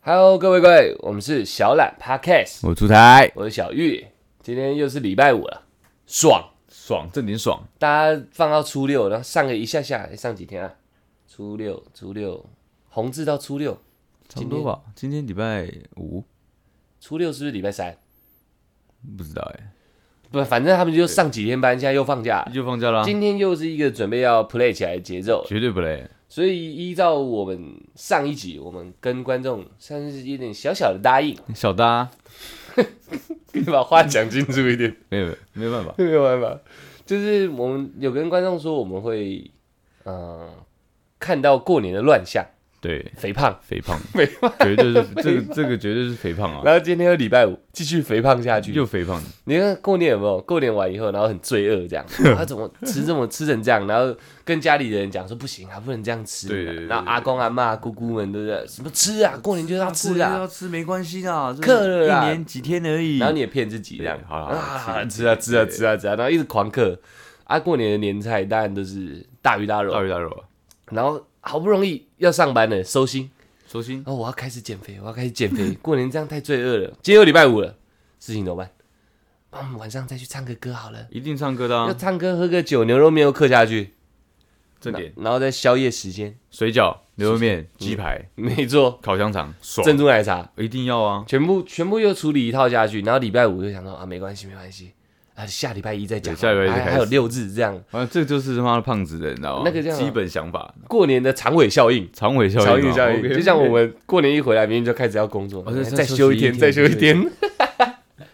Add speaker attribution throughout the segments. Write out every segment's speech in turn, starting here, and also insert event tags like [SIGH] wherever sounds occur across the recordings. Speaker 1: Hello，各位各位，我们是小懒 Podcast，
Speaker 2: 我出台，
Speaker 1: 我是小玉，今天又是礼拜五了，爽！
Speaker 2: 爽，正点爽，
Speaker 1: 大家放到初六，然后上个一下下，诶上几天啊？初六，初六，红字到初六，
Speaker 2: 差不多吧。今天礼拜五，
Speaker 1: 初六是不是礼拜三？
Speaker 2: 不知道哎、
Speaker 1: 不，反正他们就上几天班，现在又放假了。
Speaker 2: 就放假啦，
Speaker 1: 今天又是一个准备要 play 起来的节奏，
Speaker 2: 绝对不累。
Speaker 1: 所以依照我们上一集，我们跟观众算是有点小小的答应， [LAUGHS]
Speaker 2: 小搭，
Speaker 1: 你把话讲清楚一点。
Speaker 2: 没有没有办法，
Speaker 1: [LAUGHS] 没有办法，就是我们有跟观众说我们会，呃，看到过年的乱象，
Speaker 2: 对，
Speaker 1: 肥胖，
Speaker 2: 肥胖，
Speaker 1: [LAUGHS] 肥胖，
Speaker 2: 绝对是这个这个绝对是肥胖啊，
Speaker 1: 然后今天又礼拜五，继续肥胖下去。
Speaker 2: 又肥胖，
Speaker 1: 你看过年有没有？过年完以后，然后很罪恶这 [LAUGHS] 样，他怎么吃这么吃成这样？然后跟家里的人讲说不行啊，不能这样吃。
Speaker 2: 对对对
Speaker 1: 然后阿公阿妈姑姑们对不对？什么吃啊？过年就是要吃啊。
Speaker 2: 吃没关系的，
Speaker 1: 克了啦
Speaker 2: 一年几天而已。
Speaker 1: 然后你也骗自己这样，
Speaker 2: 对好啦好
Speaker 1: 啊，
Speaker 2: 啦
Speaker 1: 吃啊吃啊
Speaker 2: 对
Speaker 1: 吃啊吃啊，然后一直狂嗑。啊，过年的年菜当然都是大鱼大肉，
Speaker 2: 大鱼大肉啊，
Speaker 1: 然后好不容易要上班了，收心，哦
Speaker 2: 收心，
Speaker 1: 然后我要开始减肥，我要开始减肥， [LAUGHS] 过年这样太罪恶了。今天又礼拜五了，事情怎么办？那我们晚上再去唱个歌好了，
Speaker 2: 一定唱歌的
Speaker 1: 要
Speaker 2: 啊，
Speaker 1: 唱歌喝个酒，牛肉面又嗑下去，
Speaker 2: 正点，
Speaker 1: 然后在宵夜时间， [LAUGHS]
Speaker 2: 水饺、牛肉面、鸡排、
Speaker 1: 没错，
Speaker 2: 烤香肠，爽，
Speaker 1: 珍珠奶茶，
Speaker 2: 一定要啊，
Speaker 1: 全部全部又处理一套下去，然后礼拜五就想到啊，没关系没关系，啊下礼拜一再讲，
Speaker 2: 对下礼拜一再
Speaker 1: 还
Speaker 2: 开始
Speaker 1: 还有六日这样，
Speaker 2: 啊，这就是他妈的胖子的，你知道吗？
Speaker 1: 那个叫
Speaker 2: 基本想法，
Speaker 1: 过年的长尾效应。
Speaker 2: 长尾效
Speaker 1: 长
Speaker 2: 应
Speaker 1: 尾
Speaker 2: 啊，
Speaker 1: 效应，
Speaker 2: OK，
Speaker 1: 就像我们过年一回来，明天就开始要工作，
Speaker 2: 哦再
Speaker 1: 再
Speaker 2: 休
Speaker 1: 休
Speaker 2: 息
Speaker 1: 一
Speaker 2: 一
Speaker 1: 天，
Speaker 2: 天
Speaker 1: 再休一
Speaker 2: 对
Speaker 1: 天。
Speaker 2: [LAUGHS]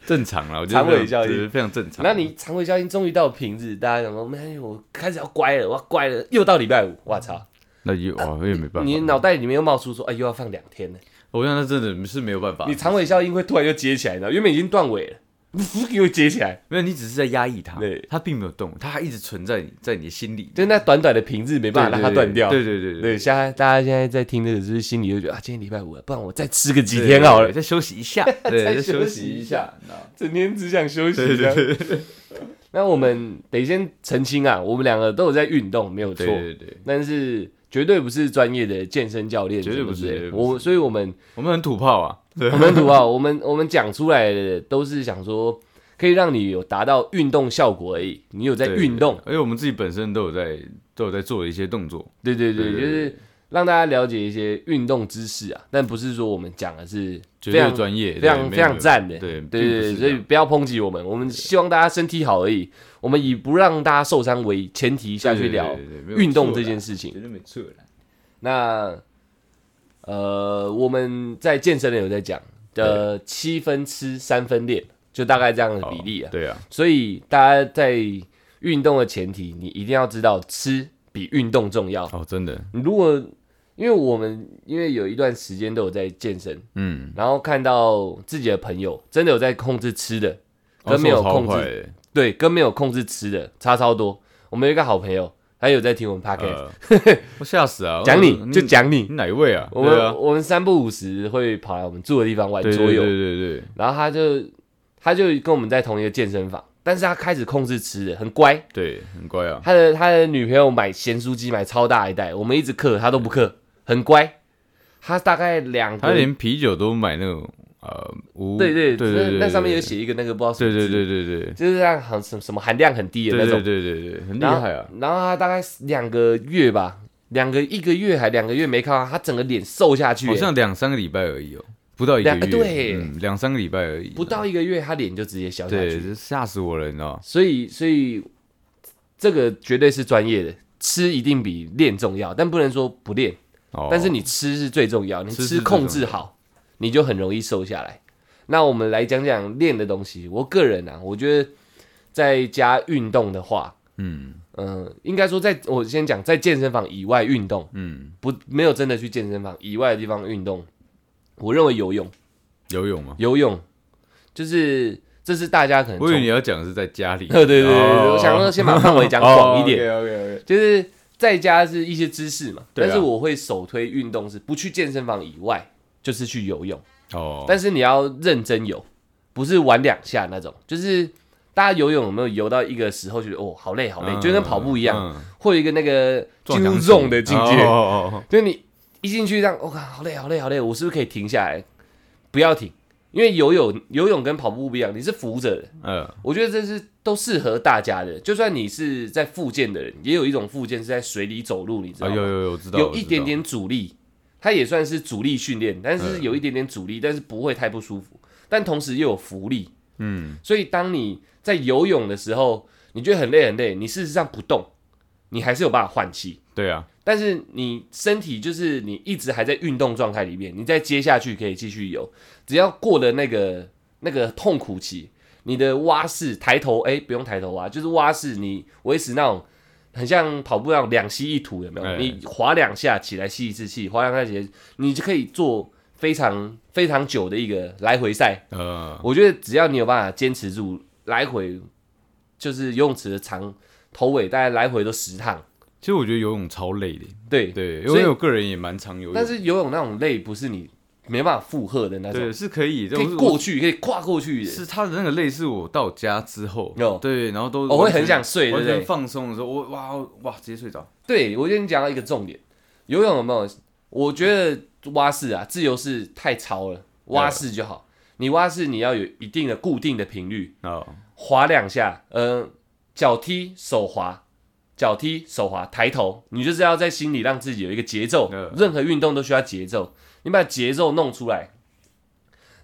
Speaker 2: 正常了，我觉得
Speaker 1: 长尾
Speaker 2: 非常
Speaker 1: 效应
Speaker 2: 这是非常正常。
Speaker 1: 那你肠胃效应终于到平日，大家想说，哎，我开始要乖了，我要乖了，又到礼拜五，我操！
Speaker 2: 那也哇，我也没办
Speaker 1: 你
Speaker 2: 法。
Speaker 1: 脑袋里面又冒出说，哎，又要放两天了。
Speaker 2: 我想那真的是没有办法
Speaker 1: 你，肠胃效应会突然就接起来，你知道，原本已经断尾了， [LAUGHS] 又接起来，
Speaker 2: 没有，你只是在压抑它
Speaker 1: 对，
Speaker 2: 它并没有动，它还一直存在你在你的心里，
Speaker 1: 就那短短的平日没
Speaker 2: 对
Speaker 1: 办法让它断掉。
Speaker 2: 对对对对
Speaker 1: 对，
Speaker 2: 对，
Speaker 1: 现在大家现在在听这个，就是心里就觉得啊，今天礼拜五了，不然我再吃个几天好了
Speaker 2: 对对对，再休息
Speaker 1: [LAUGHS]
Speaker 2: 一下，对，
Speaker 1: 再
Speaker 2: 再
Speaker 1: 休
Speaker 2: 休
Speaker 1: 息
Speaker 2: 息
Speaker 1: 一
Speaker 2: 一
Speaker 1: 下
Speaker 2: 下，你知道吗
Speaker 1: 整天只想休息这
Speaker 2: 对对
Speaker 1: 样。
Speaker 2: 对对
Speaker 1: 那我们得先澄清啊，我们两个都有在运动，没有错。
Speaker 2: 对对，
Speaker 1: 但是绝对不是专业的健身教练什
Speaker 2: 绝
Speaker 1: 么之
Speaker 2: 对
Speaker 1: 类的，
Speaker 2: 不是绝对不
Speaker 1: 我，所以我们 [LAUGHS]
Speaker 2: 我们很土炮啊，对
Speaker 1: 我们读啊，我们我们讲出来的都是想说，可以让你有达到运动效果而已。你有在
Speaker 2: 对
Speaker 1: 运动，
Speaker 2: 而且我们自己本身都有在都有在做一些动作，
Speaker 1: 对对对，
Speaker 2: 对对
Speaker 1: 就是让大家了解一些运动知识啊。但不是说我们讲的是非
Speaker 2: 绝对
Speaker 1: 常
Speaker 2: 专业，
Speaker 1: 非常
Speaker 2: 对
Speaker 1: 非常，赞的，
Speaker 2: 没有没有
Speaker 1: 对
Speaker 2: 对并
Speaker 1: 对
Speaker 2: 不
Speaker 1: 对，
Speaker 2: 是
Speaker 1: 所
Speaker 2: 这
Speaker 1: 以
Speaker 2: 样
Speaker 1: 不要抨击我们，我们希望大家身体好而已。我们以不让大家受伤为前提下去聊运动这件
Speaker 2: 事，
Speaker 1: 事情。
Speaker 2: 绝对没错啦，
Speaker 1: 那呃，我们在健身的有在讲呃，七分吃三分练，就大概这样的比例啊
Speaker 2: 哦。对啊，
Speaker 1: 所以大家在运动的前提，你一定要知道吃比运动重要。
Speaker 2: 哦，真的，
Speaker 1: 你如果因为我们因为有一段时间都有在健身，
Speaker 2: 嗯，
Speaker 1: 然后看到自己的朋友真的有在控制吃的，
Speaker 2: 哦
Speaker 1: 跟没有
Speaker 2: 瘦超
Speaker 1: 控制
Speaker 2: 快的
Speaker 1: 对，跟没有控制吃的差超多。我们有一个好朋友，他有在听我们 podcast，
Speaker 2: 呃，
Speaker 1: [LAUGHS]
Speaker 2: 我吓死啊！
Speaker 1: 讲你
Speaker 2: 我
Speaker 1: 就讲你。
Speaker 2: 你哪一位啊？
Speaker 1: 我
Speaker 2: 对
Speaker 1: 们、
Speaker 2: 啊，
Speaker 1: 我们三不五时会跑来我们住的地方玩
Speaker 2: 对
Speaker 1: 桌
Speaker 2: 对
Speaker 1: 游，
Speaker 2: 对对对
Speaker 1: 然后他就他就跟我们在同一个健身房，但是他开始控制吃的，很乖，
Speaker 2: 对，很乖啊。
Speaker 1: 他的他的女朋友买咸酥鸡买超大一袋，我们一直克他都不克，很乖。他大概两
Speaker 2: 他
Speaker 1: 个，
Speaker 2: 连啤酒都买那种呃无
Speaker 1: 对对
Speaker 2: 对对对，
Speaker 1: 那那上面有
Speaker 2: 对
Speaker 1: 写一个那个不知道什么
Speaker 2: 对
Speaker 1: 字，
Speaker 2: 对对对对对
Speaker 1: 就是像很什么什么含量很低的那
Speaker 2: 对对
Speaker 1: 种。
Speaker 2: 对对对，很厉
Speaker 1: 然后
Speaker 2: 害啊！
Speaker 1: 然后他大概两个月吧，两个一个月还两个月没看到他，他整个脸瘦下去、
Speaker 2: 好像两三个礼拜而已哦，不到一个
Speaker 1: 两
Speaker 2: 月，
Speaker 1: 对
Speaker 2: 嗯，两三个礼拜而已，
Speaker 1: 不到一个月他脸就直接消下
Speaker 2: 对，
Speaker 1: 去。
Speaker 2: 这吓死我了，你知道吗？
Speaker 1: 所以所以这个绝对是专业的，吃一定比练重要，但不能说不练。
Speaker 2: 哦，
Speaker 1: 但是你吃是最重要，你
Speaker 2: 吃是
Speaker 1: 吃
Speaker 2: 最
Speaker 1: 控制好，你就很容易瘦下来。那我们来讲讲练的东西。我个人啊，我觉得在家运动的话，
Speaker 2: 嗯
Speaker 1: 嗯、应该说在我先讲在健身房以外运动，
Speaker 2: 嗯，
Speaker 1: 不没有真的去健身房以外的地方运动，我认为游泳，
Speaker 2: 游泳吗？
Speaker 1: 游泳就是这是大家可能
Speaker 2: 我以为你
Speaker 1: 从
Speaker 2: 要讲的是在家里，
Speaker 1: [LAUGHS]
Speaker 2: 哦
Speaker 1: 对对对对对，我想说先把范围讲广一点。
Speaker 2: [LAUGHS] OK OK，
Speaker 1: 就是在家是一些知识嘛，
Speaker 2: 对啊
Speaker 1: 但是我会首推运动是不去健身房以外，就是去游泳，
Speaker 2: 哦，
Speaker 1: 但是你要认真游，不是玩两下那种，就是。大家游泳有没有游到一个时候觉得哦好累好累，
Speaker 2: 嗯
Speaker 1: 就跟跑步一样，
Speaker 2: 嗯
Speaker 1: 会有一个那个进
Speaker 2: 撞墙
Speaker 1: 入
Speaker 2: 期
Speaker 1: zone 的境界， [LAUGHS]
Speaker 2: 哦哦哦哦
Speaker 1: 就是你一进去这样，我、靠，好累好累好累，我是不是可以停下来？不要停，因为游泳游泳跟跑步不一样，你是扶着的。
Speaker 2: 呃，
Speaker 1: 我觉得这是都适合大家的，就算你是在复健的人，也有一种复健是在水里走路，你知道
Speaker 2: 啊
Speaker 1: 吗？
Speaker 2: 有有有，我知道，
Speaker 1: 有
Speaker 2: 我
Speaker 1: 一
Speaker 2: 知
Speaker 1: 点
Speaker 2: 道，
Speaker 1: 点阻力，它也算是阻力训练，但是
Speaker 2: 嗯
Speaker 1: 有一点点阻力，但是不会太不舒服，但同时又有浮力，
Speaker 2: 嗯，
Speaker 1: 所以当你在游泳的时候，你觉得很累很累，你事实上不动，你还是有办法换气，
Speaker 2: 对啊，
Speaker 1: 但是你身体就是你一直还在运动状态里面，你再接下去可以继续游，只要过了那个那个痛苦期，你的蛙式抬头，哎、不用抬头蛙，就是蛙式，你维持那种很像跑步那种两吸一吐，有没有？
Speaker 2: 哎
Speaker 1: 你划两下起来吸一次气，划两下起来，你就可以做非常非常久的一个来回赛。
Speaker 2: 呃，
Speaker 1: 我觉得只要你有办法坚持住来回，就是游泳池的长头尾大概来回都十趟，
Speaker 2: 其实我觉得游泳超累的，
Speaker 1: 对
Speaker 2: 对，因
Speaker 1: 所以
Speaker 2: 为我个人也蛮常游泳，
Speaker 1: 但是游泳那种累不是你没办法负荷的那种
Speaker 2: 对，是可以，
Speaker 1: 可
Speaker 2: 但
Speaker 1: 以
Speaker 2: 是
Speaker 1: 过去，可以跨过去的。
Speaker 2: 是他的那个累，是我到家之后
Speaker 1: 有，
Speaker 2: 对，然后都
Speaker 1: 哦我会
Speaker 2: 完全
Speaker 1: 很想睡
Speaker 2: 完
Speaker 1: 对不
Speaker 2: 全
Speaker 1: 对
Speaker 2: 放松的时候，我哇哇直接睡着，
Speaker 1: 对，我觉得你讲到一个重点，游泳有没有？我觉得蛙式啊，自由式太超了，蛙式就好。你蛙式你要有一定的固定的频率，
Speaker 2: 哦，
Speaker 1: 划两下，嗯、脚踢手滑，脚踢手滑，抬头，你就是要在心里让自己有一个节奏
Speaker 2: 嗯。
Speaker 1: 任何运动都需要节奏，你把节奏弄出来，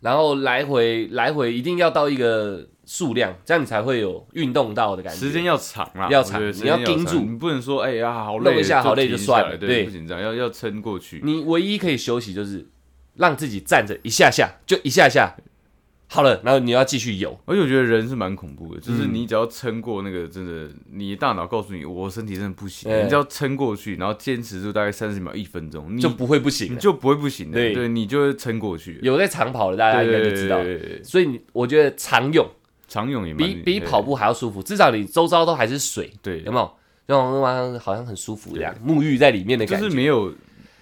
Speaker 1: 然后来回来回一定要到一个数量，这样你才会有运动到的感觉。
Speaker 2: 时间要长啦，
Speaker 1: 要
Speaker 2: 我觉
Speaker 1: 长
Speaker 2: 得
Speaker 1: 你
Speaker 2: 时间
Speaker 1: 要盯
Speaker 2: 长
Speaker 1: 住
Speaker 2: 你不能说哎呀好
Speaker 1: 弄
Speaker 2: 累，
Speaker 1: 一下好累
Speaker 2: 停
Speaker 1: 就
Speaker 2: 下
Speaker 1: 算
Speaker 2: 来
Speaker 1: 了
Speaker 2: 对，
Speaker 1: 对
Speaker 2: 不紧张，要要撑过去，
Speaker 1: 你唯一可以休息就是让自己站着一下下，就一下下，好了，然后你要继续游。
Speaker 2: 而且我觉得人是蛮恐怖的，就是
Speaker 1: 嗯
Speaker 2: 你只要撑过那个，真的，你大脑告诉你我身体真的不行，
Speaker 1: 哎
Speaker 2: 你只要撑过去，然后坚持住大概三十秒、一分钟，你
Speaker 1: 就不会不行
Speaker 2: 你
Speaker 1: 了。
Speaker 2: 就不会不行的，
Speaker 1: 对
Speaker 2: 对，你就会撑过去。
Speaker 1: 有在长跑的，大家应该就知道了。
Speaker 2: 对对对对
Speaker 1: 所以你我觉得长泳
Speaker 2: 长泳也蛮
Speaker 1: 比比跑步还要舒服，至少你周遭都还是水，
Speaker 2: 对，啊
Speaker 1: 有没有？那种晚上好像很舒服一样，沐浴在里面的
Speaker 2: 就
Speaker 1: 感觉，
Speaker 2: 是没有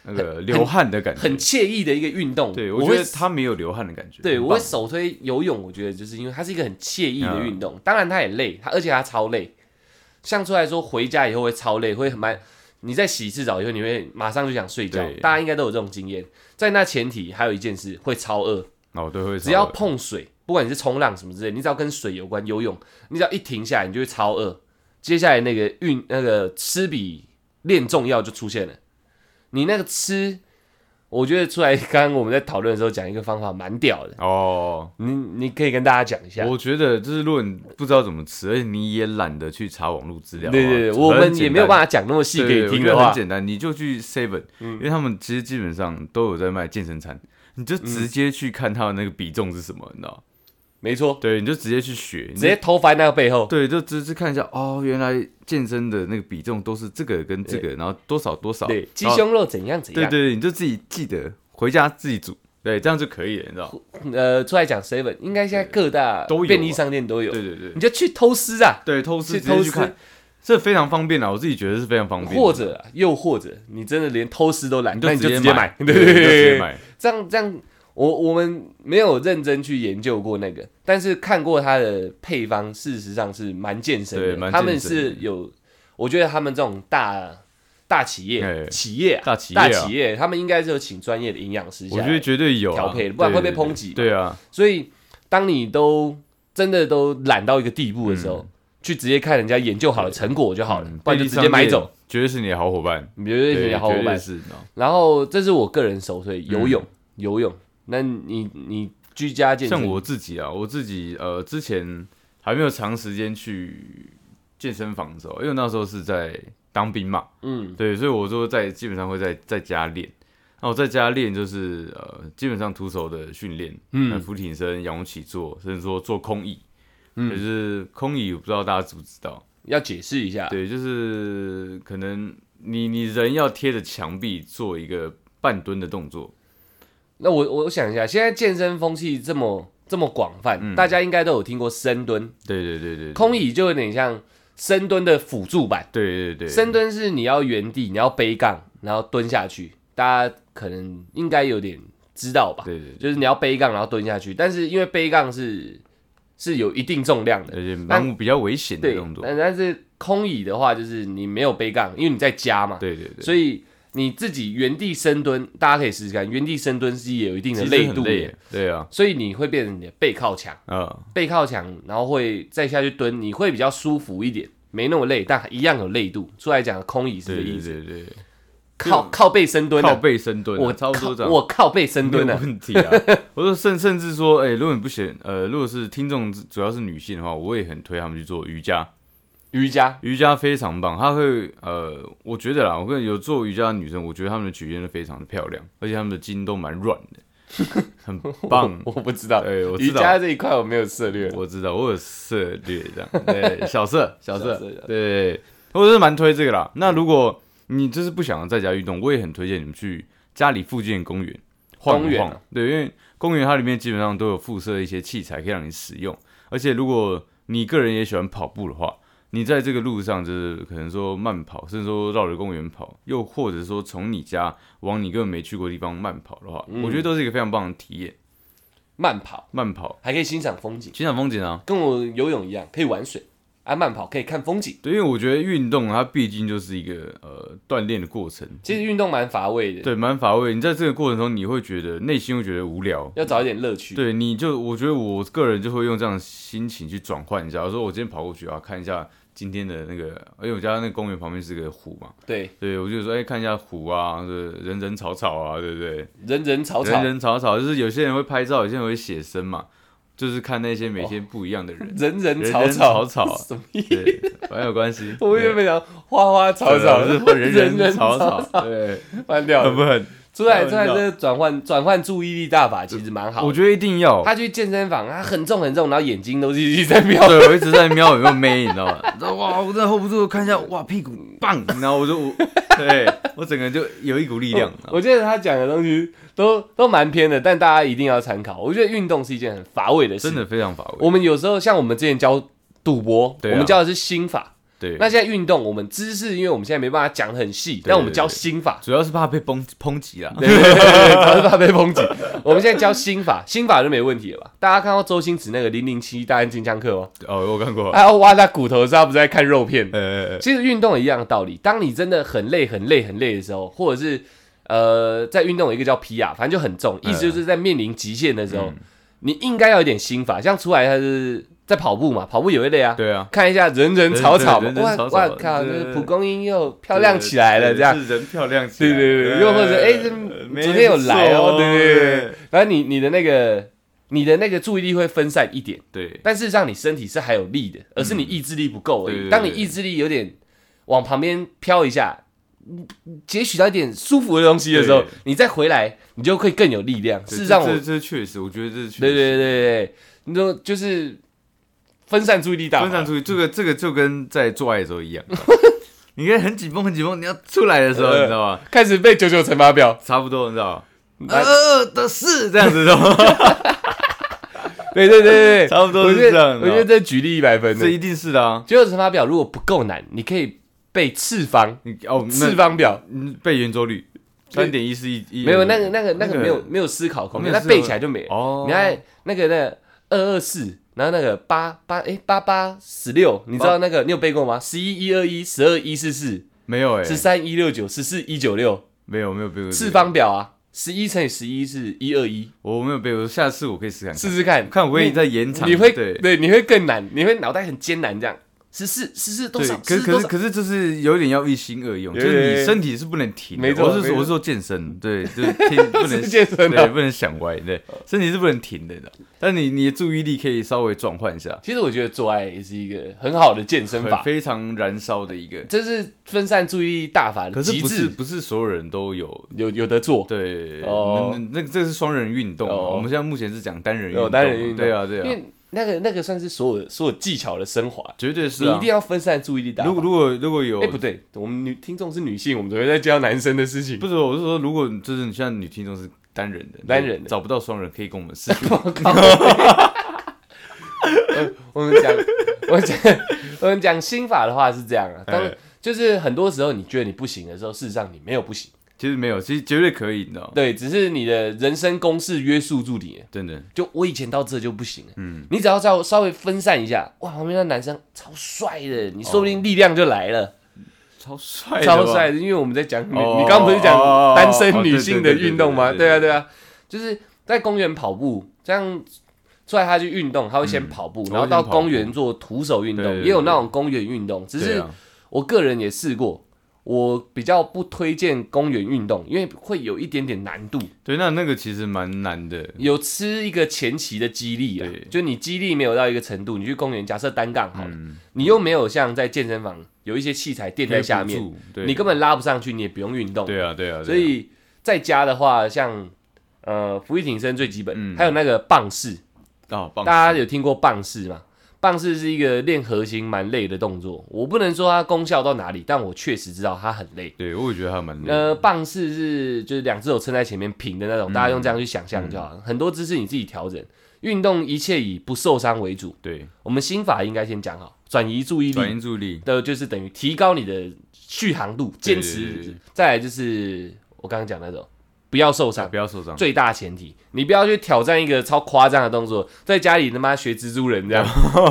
Speaker 2: 那个流汗的感觉，
Speaker 1: 很惬意的一个运动。
Speaker 2: 对
Speaker 1: 我
Speaker 2: 我觉
Speaker 1: 会
Speaker 2: 得他没有流汗的感觉，
Speaker 1: 对
Speaker 2: 很
Speaker 1: 我会
Speaker 2: 棒
Speaker 1: 首推游泳，我觉得就是因为它是一个很惬意的运动，
Speaker 2: 啊
Speaker 1: 当然它也累，它而且它超累。像出来说回家以后会超累，会很慢。你在洗一次澡以后，你会马上就想睡觉
Speaker 2: 对，
Speaker 1: 大家应该都有这种经验。在那前提，还有一件事会超饿，
Speaker 2: 哦对会
Speaker 1: 只要
Speaker 2: 稍微
Speaker 1: 碰水，不管你是冲浪什么之类，你只要跟水有关，游泳，你只要一停下来，你就会超饿。接下来那个运那个吃比练重要就出现了。你那个吃，我觉得出来刚刚我们在讨论的时候讲一个方法蛮屌的，
Speaker 2: 哦。
Speaker 1: 你你可以跟大家讲一下。
Speaker 2: 我觉得就是，如果你不知道怎么吃，而且你也懒得去查网络资料
Speaker 1: 对
Speaker 2: 的话，
Speaker 1: 对对，我们也没有
Speaker 2: 法。
Speaker 1: 办法讲那么细给你
Speaker 2: 对
Speaker 1: 听
Speaker 2: 我觉
Speaker 1: 的
Speaker 2: 得很
Speaker 1: 话，
Speaker 2: 简单，你就去 Seven，、因为他们其实基本上都有在卖健身餐，你就直接去看他的那个比重是什么，你知道？
Speaker 1: 没错，
Speaker 2: 对，你就直接去学，
Speaker 1: 直接
Speaker 2: 你就
Speaker 1: 偷翻那个背后。
Speaker 2: 对，就直接看一下哦，原来健身的那个比重都是这个跟这个，然后多少多少，
Speaker 1: 对，鸡
Speaker 2: 然后
Speaker 1: 胸肉怎样怎
Speaker 2: 啊对
Speaker 1: 样？
Speaker 2: 对对，你就自己记得回家自己煮，对，这样就可以了，你知道？
Speaker 1: 呃，出来讲 seven，应该现在各大
Speaker 2: 都有啊
Speaker 1: 便利商店都有，
Speaker 2: 对对对
Speaker 1: 你就去偷师啊，
Speaker 2: 对，偷吃
Speaker 1: 去
Speaker 2: 直接
Speaker 1: 偷吃
Speaker 2: 去看，这非常方便啊，我自己觉得是非常方便的，
Speaker 1: 或者啊又或者你真的连偷师都懒，
Speaker 2: 你
Speaker 1: 那
Speaker 2: 就
Speaker 1: 你就
Speaker 2: 直
Speaker 1: 直
Speaker 2: 接
Speaker 1: 接买，
Speaker 2: 对，
Speaker 1: 对
Speaker 2: 你就直接，买，
Speaker 1: 这样这样。我我们没有认真去研究过那个，但是看过它的配方，事实上是蛮健身
Speaker 2: 对
Speaker 1: 的。
Speaker 2: 蛮
Speaker 1: 他们
Speaker 2: 健身
Speaker 1: 是
Speaker 2: 的
Speaker 1: 有，我觉得他们这种大大企
Speaker 2: 哎
Speaker 1: 业、企业啊、
Speaker 2: 大企业
Speaker 1: 大
Speaker 2: 啊
Speaker 1: 企业，他们应该是有请专业的营养师下
Speaker 2: 我
Speaker 1: 来，
Speaker 2: 觉得绝对有啊
Speaker 1: 调配不然会被
Speaker 2: 对对对
Speaker 1: 抨击嘛
Speaker 2: 对啊，
Speaker 1: 所以当你都真的都懒到一个地步的时候，
Speaker 2: 嗯
Speaker 1: 去直接看人家研究好的成果就好了，不然就直接买走，，
Speaker 2: 绝对是你的好伙伴，
Speaker 1: 你觉得是你的好伙
Speaker 2: 绝对
Speaker 1: 伴。
Speaker 2: 是哦你知道
Speaker 1: 然后这是我个人首推游泳，游泳。那你你居家健身，
Speaker 2: 嗯像我自己啊，我自己呃，之前还没有长时间去健身房的时候，因为我那时候是在当兵嘛，
Speaker 1: 嗯，
Speaker 2: 对，所以我就在基本上会在在家练。那我在家练就是呃，基本上徒手的训练，
Speaker 1: 嗯
Speaker 2: 嗯，俯挺身、仰卧起坐，甚至说做空椅，
Speaker 1: 嗯
Speaker 2: 就是空椅，我不知道大家知不知道？
Speaker 1: 要解释一下，
Speaker 2: 对，就是可能你你人要贴着墙壁做一个半蹲的动作，
Speaker 1: 那我我想一下，现在健身风气这么这么广泛，大家应该都有听过深蹲，
Speaker 2: 嗯对对对对，
Speaker 1: 空椅就有点像深蹲的辅助版。
Speaker 2: 对对对，
Speaker 1: 深蹲是你要原地，你要背杠，然后蹲下去。大家可能应该有点知道吧？
Speaker 2: 对对对，
Speaker 1: 就是你要背杠，然后蹲下去。但是因为背杠是是有一定重量的，
Speaker 2: 而且蛮比较危险的
Speaker 1: 对
Speaker 2: 动。作，
Speaker 1: 但但是空椅的话，就是你没有背杠，因为你在家嘛，
Speaker 2: 对对对，
Speaker 1: 所以你自己原地深蹲，大家可以试试看，原地深蹲是也有一定的
Speaker 2: 其实
Speaker 1: 累
Speaker 2: 很
Speaker 1: 度
Speaker 2: 累
Speaker 1: 的，
Speaker 2: 耶，对啊，
Speaker 1: 所以你会变成你的背靠墙，
Speaker 2: 嗯，
Speaker 1: 背靠墙，然后会再下去蹲，你会比较舒服一点，没那么累，但一样有累度。出来讲空椅是这个
Speaker 2: 对
Speaker 1: 意
Speaker 2: 对
Speaker 1: 思，
Speaker 2: 对对，
Speaker 1: 靠靠背深蹲、啊，
Speaker 2: 靠背深蹲啊，
Speaker 1: 我
Speaker 2: 差不多这
Speaker 1: 靠
Speaker 2: 样。
Speaker 1: 我靠背深
Speaker 2: 没有
Speaker 1: 蹲啊，
Speaker 2: 问题
Speaker 1: [LAUGHS]
Speaker 2: 啊！我说甚甚至说，哎、如果你不选，呃，如果是听众主要是女性的话，我也很推他们去做瑜伽，
Speaker 1: 瑜伽
Speaker 2: 瑜伽非常棒，它会，呃，我觉得啦，我跟你有做瑜伽的女生，我觉得她们的曲线都非常的漂亮，而且她们的筋都蛮软的，
Speaker 1: [LAUGHS]
Speaker 2: 很棒。
Speaker 1: 我不知道，
Speaker 2: 哎、我
Speaker 1: 瑜
Speaker 2: 知道，
Speaker 1: 伽这一块我没有涉略。
Speaker 2: 我知道，我有涉略这
Speaker 1: [LAUGHS]
Speaker 2: 样，对，小色，小
Speaker 1: 小色
Speaker 2: 色
Speaker 1: 小色，
Speaker 2: 对，我是蛮推这个啦。那如果你就是不想在家运动，我也很推荐你们去家里附近的公园晃
Speaker 1: 公
Speaker 2: 一
Speaker 1: 园
Speaker 2: 晃
Speaker 1: 啊，
Speaker 2: 对，因为公园它里面基本上都有附设一些器材可以让你使用，而且如果你个人也喜欢跑步的话。你在这个路上，就是可能说慢跑，甚至说绕着公园跑，又或者说从你家往你根本没去过的地方慢跑的话，
Speaker 1: 嗯
Speaker 2: 我觉得都是一个非常棒的体验。
Speaker 1: 慢跑
Speaker 2: 慢跑，
Speaker 1: 还可以欣赏风景，
Speaker 2: 欣赏风景啊，
Speaker 1: 跟我游泳一样，可以玩水啊。慢跑可以看风景，
Speaker 2: 对，因为我觉得运动它毕竟就是一个呃锻炼的过程，
Speaker 1: 其实运动蛮乏味的，
Speaker 2: 对，蛮乏味。你在这个过程中，你会觉得内心会觉得无聊，
Speaker 1: 要找一点乐趣。
Speaker 2: 对，你就我觉得我个人就会用这样的心情去转换一下。我说我今天跑过去啊，看一下今天的那个，因为我家那个公园旁边是个湖嘛，
Speaker 1: 对，
Speaker 2: 对我就说哎、看一下湖啊，对，人人草草啊，对不对？
Speaker 1: 人人草草
Speaker 2: 人，人草草，就是有些人会拍照，有些人会写生嘛，就是看那些每天不一样的人，
Speaker 1: 人人
Speaker 2: 人
Speaker 1: 草
Speaker 2: 人
Speaker 1: 草，
Speaker 2: 草草
Speaker 1: 什么意思？ [LAUGHS]
Speaker 2: 对，蛮有关系。
Speaker 1: 我
Speaker 2: 对
Speaker 1: 原本想花花草草，
Speaker 2: 对是人人草草，对，
Speaker 1: 翻掉
Speaker 2: 很
Speaker 1: 了。
Speaker 2: 不很？
Speaker 1: 出来出
Speaker 2: 开玩
Speaker 1: 来，这
Speaker 2: 笑
Speaker 1: 转换转换注意力大法其实蛮好
Speaker 2: 我
Speaker 1: 的。
Speaker 2: 觉得一定要。
Speaker 1: 他去健身房，他很重很重，然后眼睛都是一直在瞄。
Speaker 2: 对，我一直在瞄有没有妹，你知道吗？ [LAUGHS] 然后哇，我真的 hold 不住，看一下，哇，屁股棒，然后我就 [LAUGHS] 我，对我整个人就有一啊股力量。
Speaker 1: 我觉得他讲的东西都都蛮偏的，但大家一定要参考。我觉得运动是一件很乏味的事。
Speaker 2: 真，的非常乏味。
Speaker 1: 我们有时候像我们之前教赌博，
Speaker 2: 对啊
Speaker 1: 我们教的是心法。
Speaker 2: 对，
Speaker 1: 那现在运动，我们知识，因为我们现在没办法讲得很细，但我们教心法。
Speaker 2: 主要是怕被抨抨击啦。
Speaker 1: 对对对对，主要是怕被抨击。我们现在教心法，心法就没问题了吧？大家看到周星驰那个《零零七大战金枪客》吗？
Speaker 2: 哦，我看
Speaker 1: [LAUGHS]
Speaker 2: 过。
Speaker 1: 他要挖他骨头的时候，他不是在看肉片？
Speaker 2: 呃，
Speaker 1: 其实运动也一样的道理，当你真的很累、很累、很累的时候，或者是呃，在运动有一个叫皮亚，反正就很重，意思
Speaker 2: 嗯
Speaker 1: 就是在面临极限的时候，你应该要有点心法。像出来他是在跑步嘛，跑步也会累啊。
Speaker 2: 对啊，
Speaker 1: 看一下人人草草嘛
Speaker 2: 人，人
Speaker 1: 哇
Speaker 2: 草草
Speaker 1: 哇靠，
Speaker 2: 对
Speaker 1: 这
Speaker 2: 对
Speaker 1: 个
Speaker 2: 对
Speaker 1: 蒲公英又漂亮起来了，
Speaker 2: 对
Speaker 1: 这样。
Speaker 2: 是人漂亮起来。
Speaker 1: 对对对，又或者哎，这
Speaker 2: 没
Speaker 1: 昨天有来哦，
Speaker 2: 错
Speaker 1: 对对对对。然后你你的那个你的那个注意力会分散一点。
Speaker 2: 对
Speaker 1: 但事实上，你身体是还有力的，而是你意志力不够而已。
Speaker 2: 对对对
Speaker 1: 当你意志力有点往旁边飘一下，嗯截取到一点舒服的东西的时候
Speaker 2: 对，
Speaker 1: 你再回来，你就会更有力量。事
Speaker 2: 对，
Speaker 1: 实上我，
Speaker 2: 这
Speaker 1: 对
Speaker 2: 这这确实，我觉得这确实
Speaker 1: 对对对对，你说就是分散注意力大法，
Speaker 2: 分散出去，这个这个就跟在做爱的时候一 [LAUGHS] 样，你看很紧绷很紧绷，你要出来的时候，
Speaker 1: 呃
Speaker 2: 你知道吗？
Speaker 1: 开始背九九乘法表。
Speaker 2: 差不多，你知道吗？
Speaker 1: [LAUGHS] 来
Speaker 2: 呃的是这样子的， [LAUGHS]
Speaker 1: 对对对对，对
Speaker 2: 差不多
Speaker 1: 我
Speaker 2: 是
Speaker 1: 觉
Speaker 2: 这
Speaker 1: 得
Speaker 2: 样的
Speaker 1: 我觉得这举例一百分的
Speaker 2: 这一定是的啊。
Speaker 1: 九九乘法表如果不够难，你可以背次方
Speaker 2: 你哦，
Speaker 1: 次方表。
Speaker 2: 那背圆周率三点一四一一，
Speaker 1: 没有那个那个那
Speaker 2: 那
Speaker 1: 个
Speaker 2: 个
Speaker 1: 没有没有思考空间，
Speaker 2: 没有
Speaker 1: 那
Speaker 2: 思考
Speaker 1: 背起来就没了。
Speaker 2: 哦，
Speaker 1: 你看那个那二二四，然后那个八八哎八八十六，你知道那个你有背过吗？十一一二一，十二一四四，
Speaker 2: 没有哎，
Speaker 1: 十三一六九，十四一九六，
Speaker 2: 没有没有背过这个
Speaker 1: 次，方表啊，十一乘以十一是一二一，
Speaker 2: 我没有背过，下次我可以试看看，
Speaker 1: 试试看，
Speaker 2: 看我可以再延长，
Speaker 1: 你会
Speaker 2: 对。
Speaker 1: 对你会更难，你会脑袋很艰难这样。十四十四多
Speaker 2: 对
Speaker 1: 少？，
Speaker 2: 可
Speaker 1: 14
Speaker 2: 是可
Speaker 1: 多
Speaker 2: 是
Speaker 1: 少？
Speaker 2: 可是就是有点要一心二用，就
Speaker 1: 对
Speaker 2: 是你身体是不能停的。
Speaker 1: 没错
Speaker 2: 我是
Speaker 1: 没
Speaker 2: 说
Speaker 1: 错
Speaker 2: 我是说健身，对，就是 [LAUGHS] 啊听不能
Speaker 1: 是健身
Speaker 2: 对，
Speaker 1: 的。
Speaker 2: 不能想歪，对，身体是不能停的，你知道但你你的注意力可以稍微转换一下，
Speaker 1: 其实我觉得做爱也是一个很好的健身
Speaker 2: 很
Speaker 1: 法，
Speaker 2: 非常燃烧的一个。
Speaker 1: 这是分散注意力大法
Speaker 2: 可
Speaker 1: 的
Speaker 2: 是
Speaker 1: 极
Speaker 2: 不是
Speaker 1: 致，
Speaker 2: 不是所有人都有
Speaker 1: 有有的做。
Speaker 2: 对，
Speaker 1: 哦
Speaker 2: 那那这个是双人运动嘛，
Speaker 1: 哦
Speaker 2: 我们现在目前是讲单人运
Speaker 1: 有
Speaker 2: 动，
Speaker 1: 单人运动，
Speaker 2: 对啊对
Speaker 1: 因
Speaker 2: 啊，
Speaker 1: 为那个那个算是所有所有技巧的升华，
Speaker 2: 绝对是
Speaker 1: 你一
Speaker 2: 啊
Speaker 1: 定。要分散注意力打法。
Speaker 2: 如果如果如果有
Speaker 1: 哎、不对，我们女听众是女性，我们怎么会在教男生的事情？
Speaker 2: 不是我是说，如果就是你像女听众是单人的，
Speaker 1: 单人的
Speaker 2: 找不到双人可以跟我们试，
Speaker 1: [LAUGHS] 我们讲我们讲我们讲心法的话是这样啊，当
Speaker 2: 哎
Speaker 1: 就是很多时候你觉得你不行的时候，事实上你没有不行，
Speaker 2: 其实没有，其实绝对可以，你知道吗？
Speaker 1: 对，只是你的人生公式约束住你了。
Speaker 2: 真的，
Speaker 1: 就我以前到这就不行了，嗯，你只要稍稍微分散一下，哇，旁边那男生超帅的，你说不定力量就来了。
Speaker 2: 超帅的吧，
Speaker 1: 超帅的，因为我们在讲女，
Speaker 2: 哦
Speaker 1: 你刚刚不是讲
Speaker 2: 哦
Speaker 1: 单身女性的运动吗？
Speaker 2: 哦对对
Speaker 1: 对啊，
Speaker 2: 对对
Speaker 1: 对啊，就是在公园跑步，这样出来他去运动，他会先跑步，
Speaker 2: 嗯
Speaker 1: 然后到
Speaker 2: 我会先跑步
Speaker 1: 公园做徒手运动，
Speaker 2: 对对对
Speaker 1: 也有那种公园运动，只
Speaker 2: 对
Speaker 1: 是
Speaker 2: 啊，
Speaker 1: 我个人也试过。我比较不推荐公园运动，因为会有一点点难度，
Speaker 2: 对，那那个其实蛮难的，
Speaker 1: 有吃一个前期的激励啊
Speaker 2: 对，
Speaker 1: 就你激励没有到一个程度，你去公园，假设单杠好了，
Speaker 2: 嗯，
Speaker 1: 你又没有像在健身房有一些器材垫在下
Speaker 2: 贴
Speaker 1: 面，
Speaker 2: 不住，对，
Speaker 1: 你根本拉不上去，你也不用运动，
Speaker 2: 对啊，对啊，对啊
Speaker 1: 所以在家的话，像呃俯卧挺身最基本，
Speaker 2: 嗯
Speaker 1: 还有那个棒式，
Speaker 2: 啊，棒
Speaker 1: 大家有听过棒式吗？棒式是一个练核心蛮累的动作，我不能说它功效到哪里，但我确实知道它很累。
Speaker 2: 对我也觉得还蛮累的，
Speaker 1: 呃，棒式是就是两只手撑在前面平的那种，大家用这样去想象就好。
Speaker 2: 嗯
Speaker 1: 了。很多姿势你自己调整，运动一切以不受伤为主。
Speaker 2: 对，
Speaker 1: 我们心法应该先讲好，转移注意力
Speaker 2: 转，移注意力，
Speaker 1: 的就是等于提高你的续航度、坚
Speaker 2: 对对
Speaker 1: 持
Speaker 2: 对。
Speaker 1: 再来就是我刚刚讲那种，不要受伤，
Speaker 2: 不要受伤，
Speaker 1: 最大前提，你不要去挑战一个超夸张的动作，在家里他妈学蜘蛛
Speaker 2: [LAUGHS]
Speaker 1: 人这样，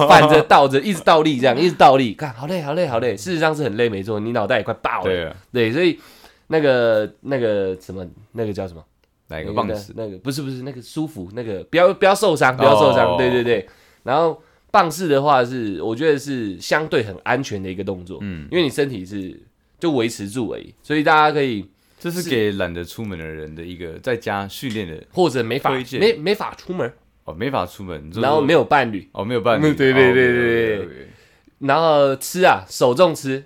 Speaker 1: 反着倒着，一直倒立这样，一直 [LAUGHS] 倒立，看好累好累好累，事实上是很累没错，你脑袋也快爆了。
Speaker 2: 对啊，
Speaker 1: 对，所以那个那个什么那个叫什么？
Speaker 2: 来
Speaker 1: 那
Speaker 2: 个
Speaker 1: 个
Speaker 2: 棒式，
Speaker 1: 那个不是不是那个舒服，那个不要不要受伤，不要受伤。
Speaker 2: 哦
Speaker 1: 对对对。然后棒式的话是，我觉得是相对很安全的一个动作，
Speaker 2: 嗯，
Speaker 1: 因为你身体是就维持住而已，所以大家可以
Speaker 2: 这是给懒得出门的人的一个在家训练的
Speaker 1: 或者没法
Speaker 2: 推荐
Speaker 1: 没没法出门，
Speaker 2: 哦，没法出门，
Speaker 1: 然后没
Speaker 2: 有
Speaker 1: 有伴侣，
Speaker 2: 哦，没有办法，
Speaker 1: 嗯对对对对对
Speaker 2: 对，
Speaker 1: 然后吃啊手重吃，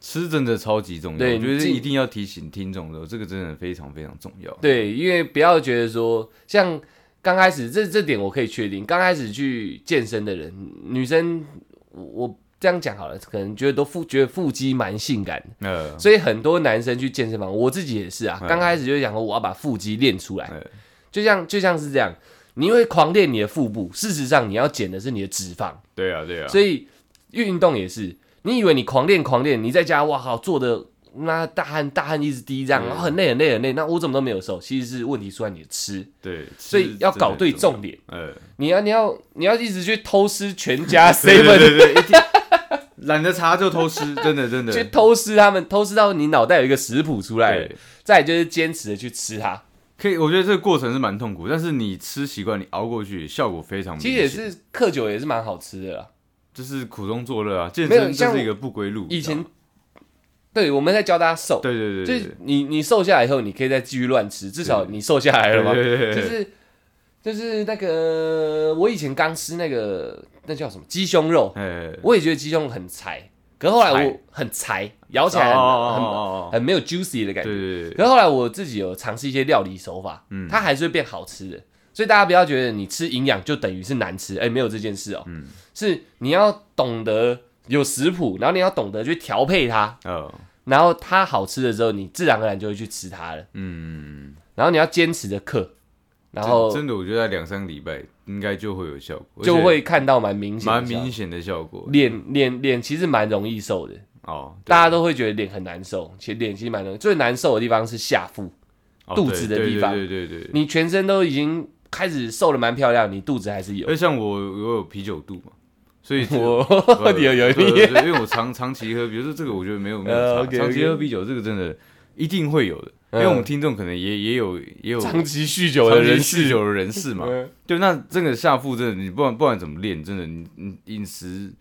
Speaker 2: 吃真的超级重要，
Speaker 1: 对
Speaker 2: 我觉
Speaker 1: 你
Speaker 2: 得
Speaker 1: 自己
Speaker 2: 一定要提醒听众的，这个真的非常非常重要。
Speaker 1: 对，因为不要觉得说像刚开始这这点我可以确定，刚开始去健身的人，女生我我这样讲好了，可能觉得都腹觉得腹肌蛮性感的。
Speaker 2: 呃，
Speaker 1: 所以很多男生去健身房，我自己也是啊，
Speaker 2: 嗯
Speaker 1: 刚开始就想说我要把腹肌练出来
Speaker 2: 嗯，
Speaker 1: 就像就像是这样，你会狂练你的腹部，事实上你要减的是你的脂肪，
Speaker 2: 对啊，对啊，
Speaker 1: 所以运动也是，你以为你狂练狂练，你在家哇靠做的那大汗大汗一直滴这样，
Speaker 2: 嗯
Speaker 1: 然后很累很累很累，那我怎么都没有瘦，其实是问题出在你的吃，
Speaker 2: 对，
Speaker 1: 所以要搞对
Speaker 2: 重，
Speaker 1: 重点，
Speaker 2: 呃，
Speaker 1: 你要你要你要一直去偷吃全家
Speaker 2: 对
Speaker 1: seven
Speaker 2: 对对，对一定懒得查就偷吃，真的真的，
Speaker 1: 去偷吃他们，偷吃到你脑袋有一个食谱出来
Speaker 2: 对，，
Speaker 1: 再来就是坚持的去吃它。
Speaker 2: 可以，我觉得这个过程是蛮痛苦，但是你吃习惯，你熬过去，效果非常明
Speaker 1: 其
Speaker 2: 显。
Speaker 1: 实也是克酒也是蛮好吃的啦。
Speaker 2: 就是苦中作乐啊，健
Speaker 1: 没有
Speaker 2: 身
Speaker 1: 像
Speaker 2: 就是一个不归路。
Speaker 1: 以前
Speaker 2: 你知道吗
Speaker 1: 对我们在教大家瘦，
Speaker 2: 对对对
Speaker 1: 就
Speaker 2: 对
Speaker 1: 是你你瘦下来以后，你可以再继续乱吃，至少
Speaker 2: 对
Speaker 1: 你瘦下来了
Speaker 2: 对
Speaker 1: 嘛。
Speaker 2: 对对对
Speaker 1: 就
Speaker 2: 对，
Speaker 1: 是就是那个我以前刚吃那个那叫什么鸡胸肉，
Speaker 2: 哎，
Speaker 1: 我也觉得鸡胸肉很柴，可是后来我
Speaker 2: 柴
Speaker 1: 很柴，咬起来
Speaker 2: 哦
Speaker 1: 很很
Speaker 2: 哦哦哦，
Speaker 1: 很没有 juicy 的感
Speaker 2: 对
Speaker 1: 觉。
Speaker 2: 对对
Speaker 1: 可
Speaker 2: 对，
Speaker 1: 是后来我自己有尝试一些料理手法，
Speaker 2: 嗯
Speaker 1: 它还是会变好吃的。所以大家不要觉得你吃营养就等于是难吃，哎、没有这件事哦、
Speaker 2: 嗯
Speaker 1: 是你要懂得有食谱，然后你要懂得去调配它，
Speaker 2: 呃，
Speaker 1: 然后它好吃的时候，你自然而然就会去吃它了。
Speaker 2: 嗯，
Speaker 1: 然后你要坚持的克，然后
Speaker 2: 真真的，我觉得在两三个礼拜应该就会有效果，
Speaker 1: 就
Speaker 2: 而
Speaker 1: 会看到蛮明
Speaker 2: 且
Speaker 1: 显的效
Speaker 2: 蛮
Speaker 1: 果，
Speaker 2: 明显的效果。
Speaker 1: 脸脸脸其实蛮容易瘦的，
Speaker 2: 哦，对
Speaker 1: 大家都会觉得脸很难受，其实脸其实蛮容易，最难受的地方是下腹，
Speaker 2: 哦
Speaker 1: 肚子的
Speaker 2: 对对
Speaker 1: 地方
Speaker 2: 对对对对。
Speaker 1: 你全身都已经开始瘦的蛮漂亮，你肚子还是有。
Speaker 2: 而像我，我有啤酒肚嘛，
Speaker 1: [LAUGHS]
Speaker 2: 所以
Speaker 1: 我
Speaker 2: 呃
Speaker 1: 有有
Speaker 2: 对
Speaker 1: 你
Speaker 2: 对，对因为我长 [LAUGHS] 长期喝，比如说这个，我觉得没有没有
Speaker 1: 呃
Speaker 2: 差，
Speaker 1: OK，OK
Speaker 2: 长期喝啤酒这个真的一定会有的，因为我们听众可能也也有也有
Speaker 1: 长期酗酒的人
Speaker 2: 长期酗酒的人士嘛，
Speaker 1: 嗯
Speaker 2: 对，那这个下腹真的，你不管不管怎么练，真的你你饮食。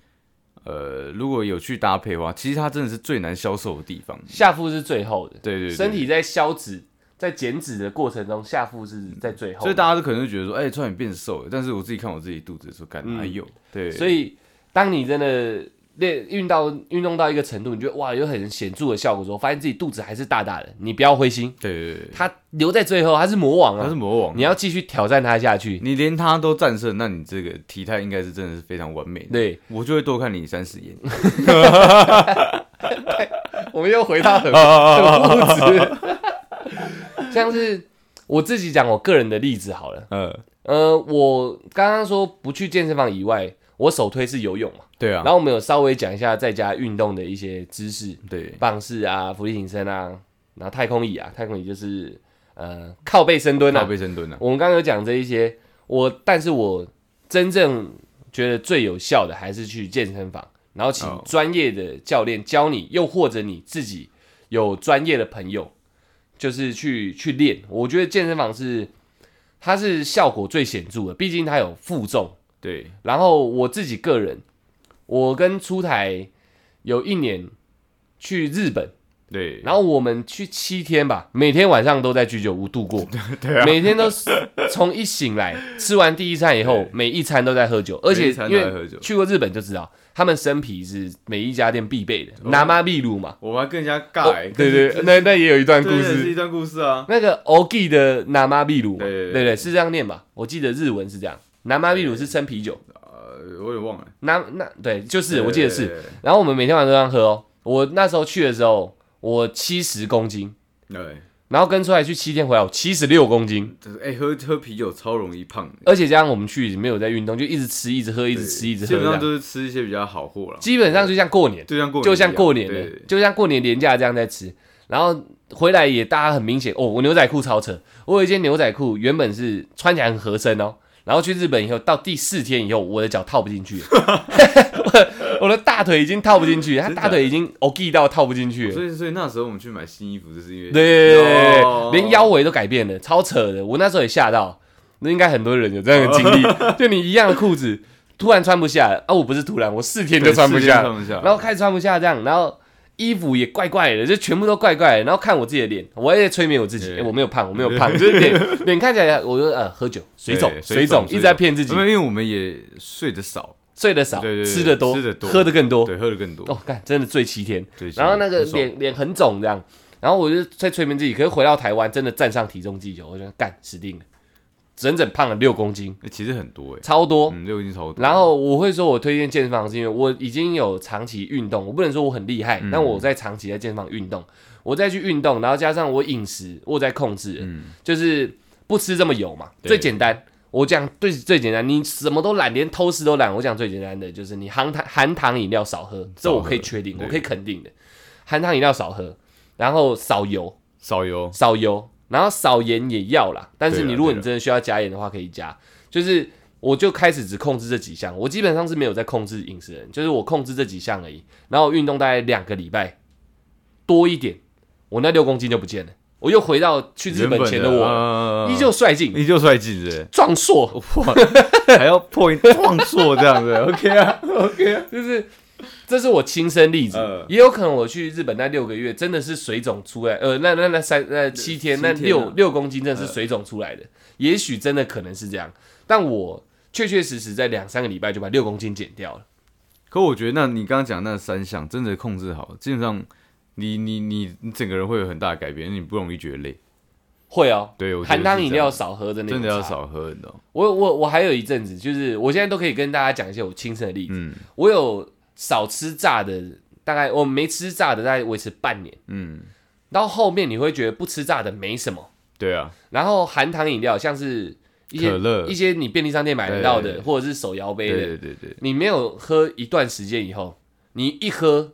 Speaker 2: 呃，如果有去搭配的话，其实它真的是最难消瘦的地方。
Speaker 1: 下腹是最后的，
Speaker 2: 对对对，
Speaker 1: 身体在消脂、在减脂的过程中，下腹是在最后
Speaker 2: 所以
Speaker 1: 的。
Speaker 2: 大家都可能会觉得说，哎、突然变瘦了。但是我自己看我自己肚子说，干
Speaker 1: 嗯
Speaker 2: 哪有？对，
Speaker 1: 所以，当你真的练运到运动到一个程度，你觉得哇有很显著的效果的时候，发现自己肚子还是大大的，你不要灰心，
Speaker 2: 对对对，
Speaker 1: 他留在最后，他是魔王
Speaker 2: 他
Speaker 1: 啊
Speaker 2: 是！魔王，
Speaker 1: 你要继续挑战他下去。
Speaker 2: 你连他都战胜，那你这个体态应该是真的是非常完美的。
Speaker 1: 对，
Speaker 2: 我就会多看你三十眼。
Speaker 1: [LAUGHS] 我们又 [LAUGHS] 回到很
Speaker 2: 呃
Speaker 1: 很固执，像是我自己讲我个人的例子好了。
Speaker 2: 呃，
Speaker 1: 呃，我刚刚说不去健身房以外，我首推是游泳嘛，
Speaker 2: 对啊
Speaker 1: 然，后我们有稍微讲一下在家运动的一些知识，
Speaker 2: 对，
Speaker 1: 棒式啊、俯卧撑啊，然后太空椅啊，太空椅就是呃靠背深蹲啊
Speaker 2: 靠，背深蹲啊，
Speaker 1: 我们刚刚有讲这一些，我但是我真正觉得最有效的还是去健身房，然后请
Speaker 2: 哦
Speaker 1: 专业的教练教你，又或者你自己有专业的朋友，就是去去练。我觉得健身房是它是效果最显著的，毕竟它有负重。
Speaker 2: 对，
Speaker 1: 然后我自己个人，我跟出台有一年去日本，
Speaker 2: 对，
Speaker 1: 然后我们去七天吧，每天晚上都在居酒屋度过，
Speaker 2: [LAUGHS] 对啊
Speaker 1: 每天都是从一醒来吃完第一餐以后
Speaker 2: 对，
Speaker 1: 每一餐都在喝酒，而且
Speaker 2: 每一餐
Speaker 1: 因
Speaker 2: 都在喝
Speaker 1: 为
Speaker 2: 酒
Speaker 1: 去过日本就知道，他们生啤是每一家店必备的，
Speaker 2: 哦
Speaker 1: 拿妈秘鲁嘛，
Speaker 2: 我们还更加尬、欸
Speaker 1: 对哦对，那那也有一段
Speaker 2: 这
Speaker 1: 故
Speaker 2: 对对是
Speaker 1: 事，
Speaker 2: 一段故事啊，
Speaker 1: 那个 OG 的拿妈秘鲁嘛，
Speaker 2: 对对
Speaker 1: 对
Speaker 2: 对
Speaker 1: 不对，是这样念吧？我记得日文是这样，拿妈秘鲁是生啤酒，
Speaker 2: 呃，我也忘了，
Speaker 1: 拿那对，就是我记得是，
Speaker 2: 对，对
Speaker 1: 然后我们每天晚上都这样喝哦，我那时候去的时候我七十公斤。
Speaker 2: 对对，
Speaker 1: 然后跟出来去七天回来，我七十六公斤，
Speaker 2: 就是哎、喝喝啤酒超容易胖的，
Speaker 1: 而且加上我们去没有在运动，就一直吃、一直喝、一直吃、
Speaker 2: 对
Speaker 1: 一直
Speaker 2: 基
Speaker 1: 喝
Speaker 2: 本
Speaker 1: 这
Speaker 2: 上
Speaker 1: 样，
Speaker 2: 都是吃一些比较好货了，
Speaker 1: 基本上就像过年，
Speaker 2: 就像过年一样，
Speaker 1: 就像过年
Speaker 2: 对
Speaker 1: 的，就像过年年假这样在吃。然后回来也大家很明显哦，我牛仔裤超扯，我有一件牛仔裤原本是穿起来很合身哦，然后去日本以后，到第四天以后，我的脚套不进去了， [LAUGHS] 我我的大腿已经套不进去，他
Speaker 2: 真的
Speaker 1: 大腿已经 O G 到套不进去了
Speaker 2: 所。以所以那时候我们去买新衣服，就是因为
Speaker 1: 对
Speaker 2: 哦，
Speaker 1: 连腰围都改变了，超扯的。我那时候也吓到，那应该很多人有这样的经
Speaker 2: [LAUGHS]
Speaker 1: 历，就你一样的裤子突然穿不下了啊！我不是突然，我四天就
Speaker 2: 对
Speaker 1: 穿不
Speaker 2: 四天
Speaker 1: 下，
Speaker 2: 穿不下，
Speaker 1: 然后开始穿不下这样，然后衣服也怪怪的，就全部都怪怪的。然后看我自己的脸，我也在催眠我自己，
Speaker 2: 对
Speaker 1: 诶我没有胖，我没有胖，就是脸脸看起来，我就呃喝酒水肿
Speaker 2: 对
Speaker 1: 水
Speaker 2: 水
Speaker 1: 肿，
Speaker 2: 肿
Speaker 1: 一直在骗自己
Speaker 2: 因，为因为我们也睡得少，
Speaker 1: 睡得少，
Speaker 2: 对对对
Speaker 1: 吃得多，
Speaker 2: 吃得多
Speaker 1: 喝得更多。
Speaker 2: 对，喝的更多。
Speaker 1: 哦，干真的醉七天。
Speaker 2: 对
Speaker 1: 然后那个
Speaker 2: 很爽
Speaker 1: 脸脸很肿这样，然后我就在催眠自己，可是回到台湾真的站上体重计就，我就干死定了，整整胖了六公斤，
Speaker 2: 欸其实很多哎、
Speaker 1: 超多。
Speaker 2: 嗯，六斤超多。
Speaker 1: 哦然后我会说，我推荐健身房是因为我已经有长期运动，我不能说我很厉
Speaker 2: 嗯
Speaker 1: 害，但我在长期在健身房运动，我再去运动，然后加上我饮食我有在控制，就是不吃这么油嘛，
Speaker 2: 嗯对
Speaker 1: 最简单。我讲最最简单，你什么都懒，连偷吃都懒。我讲最简单的就是你含糖含糖饮料少喝，这
Speaker 2: 少
Speaker 1: 我
Speaker 2: 喝
Speaker 1: 可以确定，我
Speaker 2: 对
Speaker 1: 可以肯定的。含糖饮料少喝，然后少油，
Speaker 2: 少油，
Speaker 1: 少油，然后少盐也要啦。但是
Speaker 2: 对啦
Speaker 1: 你如果
Speaker 2: 对啦
Speaker 1: 你真的需要加盐的话，可以加。就是我就开始只控制这几项，我基本上是没有在控制饮食的人，就是我控制这几项而已。然后我运动大概两个礼拜多一点，我那六公斤就不见了，我又回到去日本前的
Speaker 2: 啊
Speaker 1: 我，
Speaker 2: 我
Speaker 1: 依旧帅劲
Speaker 2: 依旧帅气
Speaker 1: [LAUGHS]
Speaker 2: 着，
Speaker 1: 壮硕，
Speaker 2: 哇，还要破音撞错这样子，OK 啊，OK [LAUGHS] 啊，
Speaker 1: 就是这是我亲身例子，
Speaker 2: 嗯
Speaker 1: 也有可能我去日本那六个月真的是水肿出来，呃，那那那三那七天
Speaker 2: 七
Speaker 1: 那
Speaker 2: 天
Speaker 1: 六
Speaker 2: 啊
Speaker 1: 六公斤真的是水肿出来的，也许真的可能是这样，但我确确实实在两三个礼拜就把六公斤减掉了，
Speaker 2: 可我觉得，那你刚刚讲那三项真的控制好，基本上你你你你整个人会有很大的改变，因为你不容易觉得累。
Speaker 1: 会哦，
Speaker 2: 对，我觉得
Speaker 1: 含糖
Speaker 2: 是
Speaker 1: 饮
Speaker 2: 这样
Speaker 1: 料少喝真的有
Speaker 2: 真的要
Speaker 1: 差。
Speaker 2: 少喝，你知道吗？
Speaker 1: 我我我还有一阵子，就是我现在都可以跟大家讲一些我亲身的例子，
Speaker 2: 嗯
Speaker 1: 我有少吃炸的，大概我没吃炸的大概维持半年，
Speaker 2: 嗯，
Speaker 1: 到后面你会觉得不吃炸的没什么。
Speaker 2: 对啊，
Speaker 1: 然后含糖饮料像是一些
Speaker 2: 可乐
Speaker 1: 一些你便利商店买得到
Speaker 2: 对
Speaker 1: 的，
Speaker 2: 对
Speaker 1: 或者是手摇杯
Speaker 2: 对
Speaker 1: 的，
Speaker 2: 对对对，
Speaker 1: 你没有喝一段时间以后，你一喝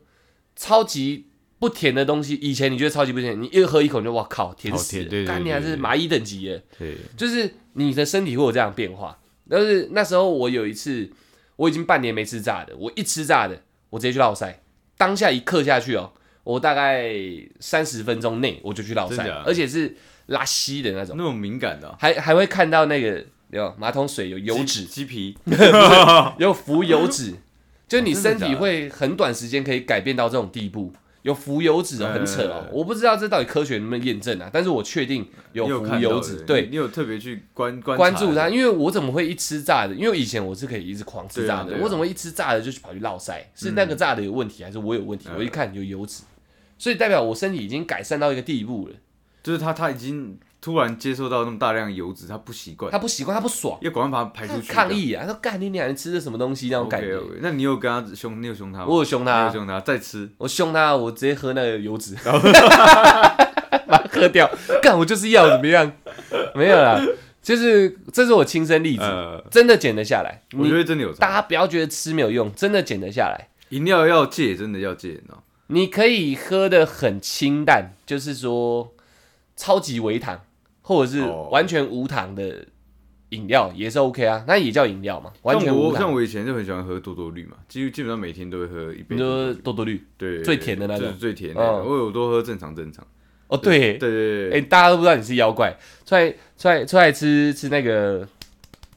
Speaker 1: 超级不甜的东西，以前你觉得超级不甜，你一喝一口你就哇靠，甜
Speaker 2: 好
Speaker 1: 死
Speaker 2: 甜
Speaker 1: 了
Speaker 2: 对对
Speaker 1: 干
Speaker 2: 对
Speaker 1: 你还
Speaker 2: 对
Speaker 1: 是
Speaker 2: 对
Speaker 1: 蚂蚁等级耶，
Speaker 2: 对，
Speaker 1: 就是你的身体会有这样的变化。但是那时候我有一次，我已经半年没吃炸的，我一吃炸的，我直接去落塞，当下一刻下去哦，我大概三十分钟内我就去落
Speaker 2: 真
Speaker 1: 塞
Speaker 2: 假，的
Speaker 1: 而且是拉稀的那种。
Speaker 2: 那种敏感的啊、
Speaker 1: 还还会看到那个有马桶水有油
Speaker 2: 鸡
Speaker 1: 脂，
Speaker 2: 鸡皮，
Speaker 1: 有浮油
Speaker 2: [LAUGHS]
Speaker 1: 脂，就是你
Speaker 2: 哦哦
Speaker 1: 身
Speaker 2: 真的
Speaker 1: 体
Speaker 2: 假的
Speaker 1: 会很短时间可以改变到这种地步。有浮油脂哦，很扯哦
Speaker 2: 哎，
Speaker 1: 我不知道这到底科学能不能验证啊，但是我确定有
Speaker 2: 你
Speaker 1: 浮
Speaker 2: 看
Speaker 1: 油
Speaker 2: 到
Speaker 1: 脂，
Speaker 2: 的你
Speaker 1: 对，
Speaker 2: 你有特别去关关
Speaker 1: 关
Speaker 2: 察
Speaker 1: 注它，
Speaker 2: 的，
Speaker 1: 因为我怎么会一吃炸的？因为以前我是可以一直狂吃炸
Speaker 2: 对
Speaker 1: 的
Speaker 2: 啊对，啊
Speaker 1: 我怎么一吃炸的就去跑去落塞？是那个炸的有问题，还是我有问题？
Speaker 2: 嗯
Speaker 1: 我一看有油脂，所以代表我身体已经改善到一个地步了，
Speaker 2: 就是他他已经突然接受到那么大量的油脂，他不习惯，
Speaker 1: 他不习惯，他不爽，
Speaker 2: 要赶快把它排
Speaker 1: 他
Speaker 2: 出
Speaker 1: 很
Speaker 2: 去，
Speaker 1: 抗议啊！他说：“干你娘，你吃的什么东西？”那种
Speaker 2: 这样。
Speaker 1: 感觉
Speaker 2: o k o k 那你有跟他凶，你有凶他吗？
Speaker 1: 我有凶他啊
Speaker 2: 你有凶他，再吃，
Speaker 1: 我凶他，我直接喝那个油 [LAUGHS] 脂，哦把它喝掉。干，我就是要怎么样？没有啦，就是这是我亲身例子，
Speaker 2: 呃，
Speaker 1: 真的嗯减得下来。
Speaker 2: 我觉
Speaker 1: 你
Speaker 2: 得真的有差。
Speaker 1: 大家不要觉得吃没有用，真的减得下来。
Speaker 2: 饮料要戒，真的要戒，你知道吗？
Speaker 1: 你可以喝的很清淡，就是说超级微糖，或者是
Speaker 2: 哦
Speaker 1: 完全无糖的饮料也是 OK 啊，那也叫饮料嘛，完全
Speaker 2: 像
Speaker 1: 无
Speaker 2: 我像
Speaker 1: 糖。
Speaker 2: 我以前就很喜欢喝多多绿嘛，几乎基本上每天都会喝一杯
Speaker 1: 你
Speaker 2: 多
Speaker 1: 说
Speaker 2: 多绿。
Speaker 1: 多多绿
Speaker 2: 对，
Speaker 1: 最甜的那
Speaker 2: 就
Speaker 1: 种
Speaker 2: 是最甜的那种。
Speaker 1: 嗯
Speaker 2: 我有多喝正常正常。
Speaker 1: 哦，对
Speaker 2: 对，对
Speaker 1: 哎、
Speaker 2: 对，
Speaker 1: 大家都不知道你是妖怪，出来出来出来吃吃那个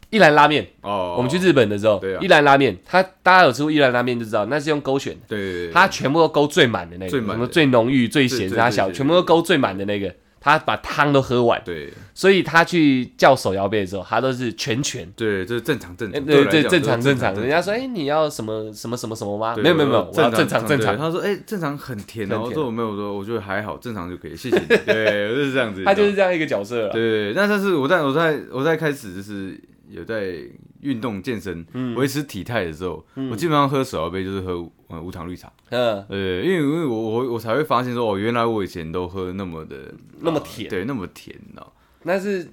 Speaker 1: 一兰拉面。
Speaker 2: 哦，
Speaker 1: 我们去日本的时候，
Speaker 2: 对啊
Speaker 1: 一兰拉面，它大家有吃过一兰拉面就知道，那是用勾选的，
Speaker 2: 对对对，
Speaker 1: 它全部都勾最满的那个，
Speaker 2: 最满的
Speaker 1: 什么最浓郁、最咸、
Speaker 2: 对对
Speaker 1: 它小，
Speaker 2: 对对
Speaker 1: 全部都勾最满的那个。他把汤都喝完，
Speaker 2: 对
Speaker 1: 所以他去叫手摇杯的时候，他都是全全。
Speaker 2: 对，这是正常正
Speaker 1: 哎
Speaker 2: 常。
Speaker 1: 对
Speaker 2: 我来
Speaker 1: 对，
Speaker 2: 讲
Speaker 1: 正常
Speaker 2: 这是
Speaker 1: 正常。人家说，哎、你要什么什么什么什么吗？
Speaker 2: 对
Speaker 1: 没有没有没有，我要正常正
Speaker 2: 对
Speaker 1: 常。
Speaker 2: 他说：“哎、正常很甜哦。”
Speaker 1: 很
Speaker 2: 我
Speaker 1: 甜
Speaker 2: 说：“我没有我说，我觉得还好，正常就可以，谢
Speaker 1: [LAUGHS]
Speaker 2: 谢你。”对，我就是这样子。
Speaker 1: 他就是这样一个角色了。
Speaker 2: 对，那但是我在我在我在开始就是有在运动健身、维持体态的时候，我基本上喝手摇杯就是喝呃无糖绿茶。
Speaker 1: 嗯，
Speaker 2: 对，因为因为我我我才会发现说，哦，原来我以前都喝那么的
Speaker 1: 那么甜，
Speaker 2: 对，那么甜哦。
Speaker 1: 但是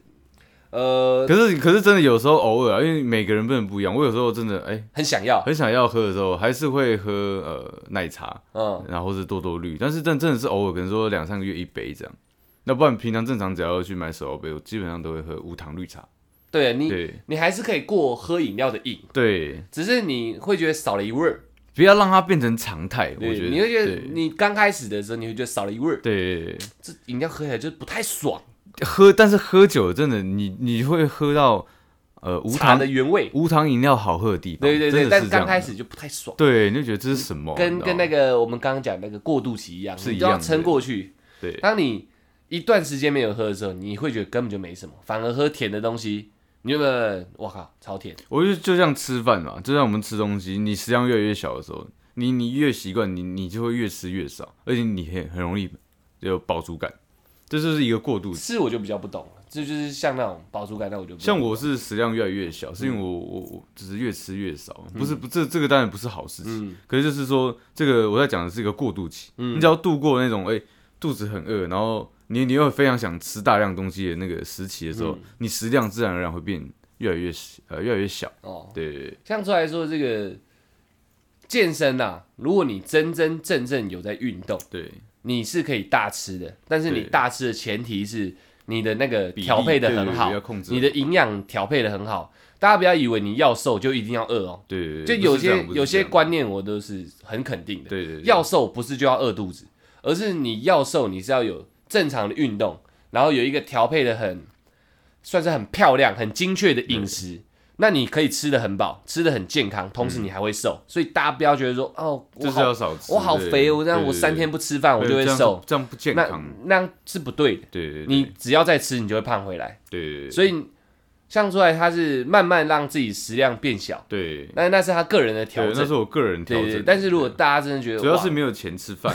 Speaker 1: 呃，
Speaker 2: 可是可是真的有时候偶尔啊，因为每个人不能不一样。我有时候真的哎、
Speaker 1: 很想要。
Speaker 2: 很想要喝的时候，还是会喝呃奶茶。
Speaker 1: 嗯，
Speaker 2: 然后是多多绿，但是但真的是偶尔，可能说两三个月一杯这样。那不然平常正常只要去买手摇杯，我基本上都会喝无糖绿茶。
Speaker 1: 对你
Speaker 2: 对
Speaker 1: 你还是可以过喝饮料的瘾，
Speaker 2: 对，
Speaker 1: 只是你会觉得少了一味儿。
Speaker 2: 不要让它变成常态。我
Speaker 1: 对，
Speaker 2: 觉得
Speaker 1: 你会觉得
Speaker 2: 对
Speaker 1: 你刚开始的时候，你会觉得少了一味儿，
Speaker 2: 对
Speaker 1: 这饮料喝起来就是不太爽，
Speaker 2: 喝，但是喝酒真的你你会喝到呃无
Speaker 1: 茶
Speaker 2: 糖
Speaker 1: 的原味。
Speaker 2: 无糖饮料好喝的地方。
Speaker 1: 对对对，
Speaker 2: 真的
Speaker 1: 但
Speaker 2: 是
Speaker 1: 是
Speaker 2: 这
Speaker 1: 刚
Speaker 2: 样
Speaker 1: 开始就不太爽，
Speaker 2: 对，你就觉得这是什么？
Speaker 1: 跟
Speaker 2: 你知道
Speaker 1: 跟那
Speaker 2: 吗
Speaker 1: 个我们刚刚讲那个过渡期一样，
Speaker 2: 是
Speaker 1: 你
Speaker 2: 一
Speaker 1: 都要
Speaker 2: 样的
Speaker 1: 撑过去。
Speaker 2: 对
Speaker 1: 当你一段时间没有喝的时候，你会觉得根本就没什么，反而喝甜的东西，你有没有？我靠，超甜！
Speaker 2: 我就就像吃饭嘛，就像我们吃东西，你食量越来越小的时候，你你越习惯，你你就会越吃越少，而且你很很容易有饱足感，这就是一个过渡期。
Speaker 1: 是我就比较不懂了，这就是像那种饱足感，那我就不懂
Speaker 2: 像我是食量越来越小，
Speaker 1: 嗯
Speaker 2: 是因为我我我只是越吃越少，不是不这这个当然不是好事情，
Speaker 1: 嗯
Speaker 2: 可是就是说这个我在讲的是一个过渡期，你只要度过那种哎、肚子很饿，然后你你又非常想吃大量东西的那个时期的时候，
Speaker 1: 嗯
Speaker 2: 你食量自然而然会变越来越呃越来越小，
Speaker 1: 哦，
Speaker 2: 对对对
Speaker 1: 像出来说这个健身啊，如果你真真正正有在运动，
Speaker 2: 对。
Speaker 1: 你是可以大吃的，但是你
Speaker 2: 对
Speaker 1: 大吃的前提是你的那个
Speaker 2: 比例
Speaker 1: 调配的
Speaker 2: 对对
Speaker 1: 很
Speaker 2: 对
Speaker 1: 好
Speaker 2: 要控，制
Speaker 1: 你的营养调配的很好。大家不要以为你要瘦就一定要饿哦，就
Speaker 2: 对，对对
Speaker 1: 有
Speaker 2: 不是这
Speaker 1: 些
Speaker 2: 样不是
Speaker 1: 有
Speaker 2: 这
Speaker 1: 些
Speaker 2: 样
Speaker 1: 观念我都是很肯定的。
Speaker 2: 对对对
Speaker 1: 要瘦不是就要饿肚子，而是你要瘦你是要有正常的运动，然后有一个调配的很算是很漂亮、很精确的饮食。那你可以吃的很饱，吃的很健康，同时你还会瘦，所以大家不要觉得说哦，我
Speaker 2: 嗯就是要
Speaker 1: 好
Speaker 2: 少吃，
Speaker 1: 我好
Speaker 2: 对
Speaker 1: 肥哦，我这样
Speaker 2: 对
Speaker 1: 我
Speaker 2: 对
Speaker 1: 三
Speaker 2: 对
Speaker 1: 天不吃饭我就会
Speaker 2: 对这样
Speaker 1: 瘦
Speaker 2: 不，这样不健
Speaker 1: 那
Speaker 2: 康。
Speaker 1: 那样是不对的。
Speaker 2: 对对对，
Speaker 1: 你只要再吃，你就会胖回来。
Speaker 2: 对对
Speaker 1: 所以像出来他是慢慢让自己食量变小，
Speaker 2: 对对
Speaker 1: 那那是他个人的调
Speaker 2: 对，那
Speaker 1: 整
Speaker 2: 是。我个人调
Speaker 1: 对对
Speaker 2: 整的。
Speaker 1: 对，但是如果大家真的觉得
Speaker 2: 主要
Speaker 1: 哇
Speaker 2: 是没有钱
Speaker 1: [LAUGHS]
Speaker 2: 吃饭，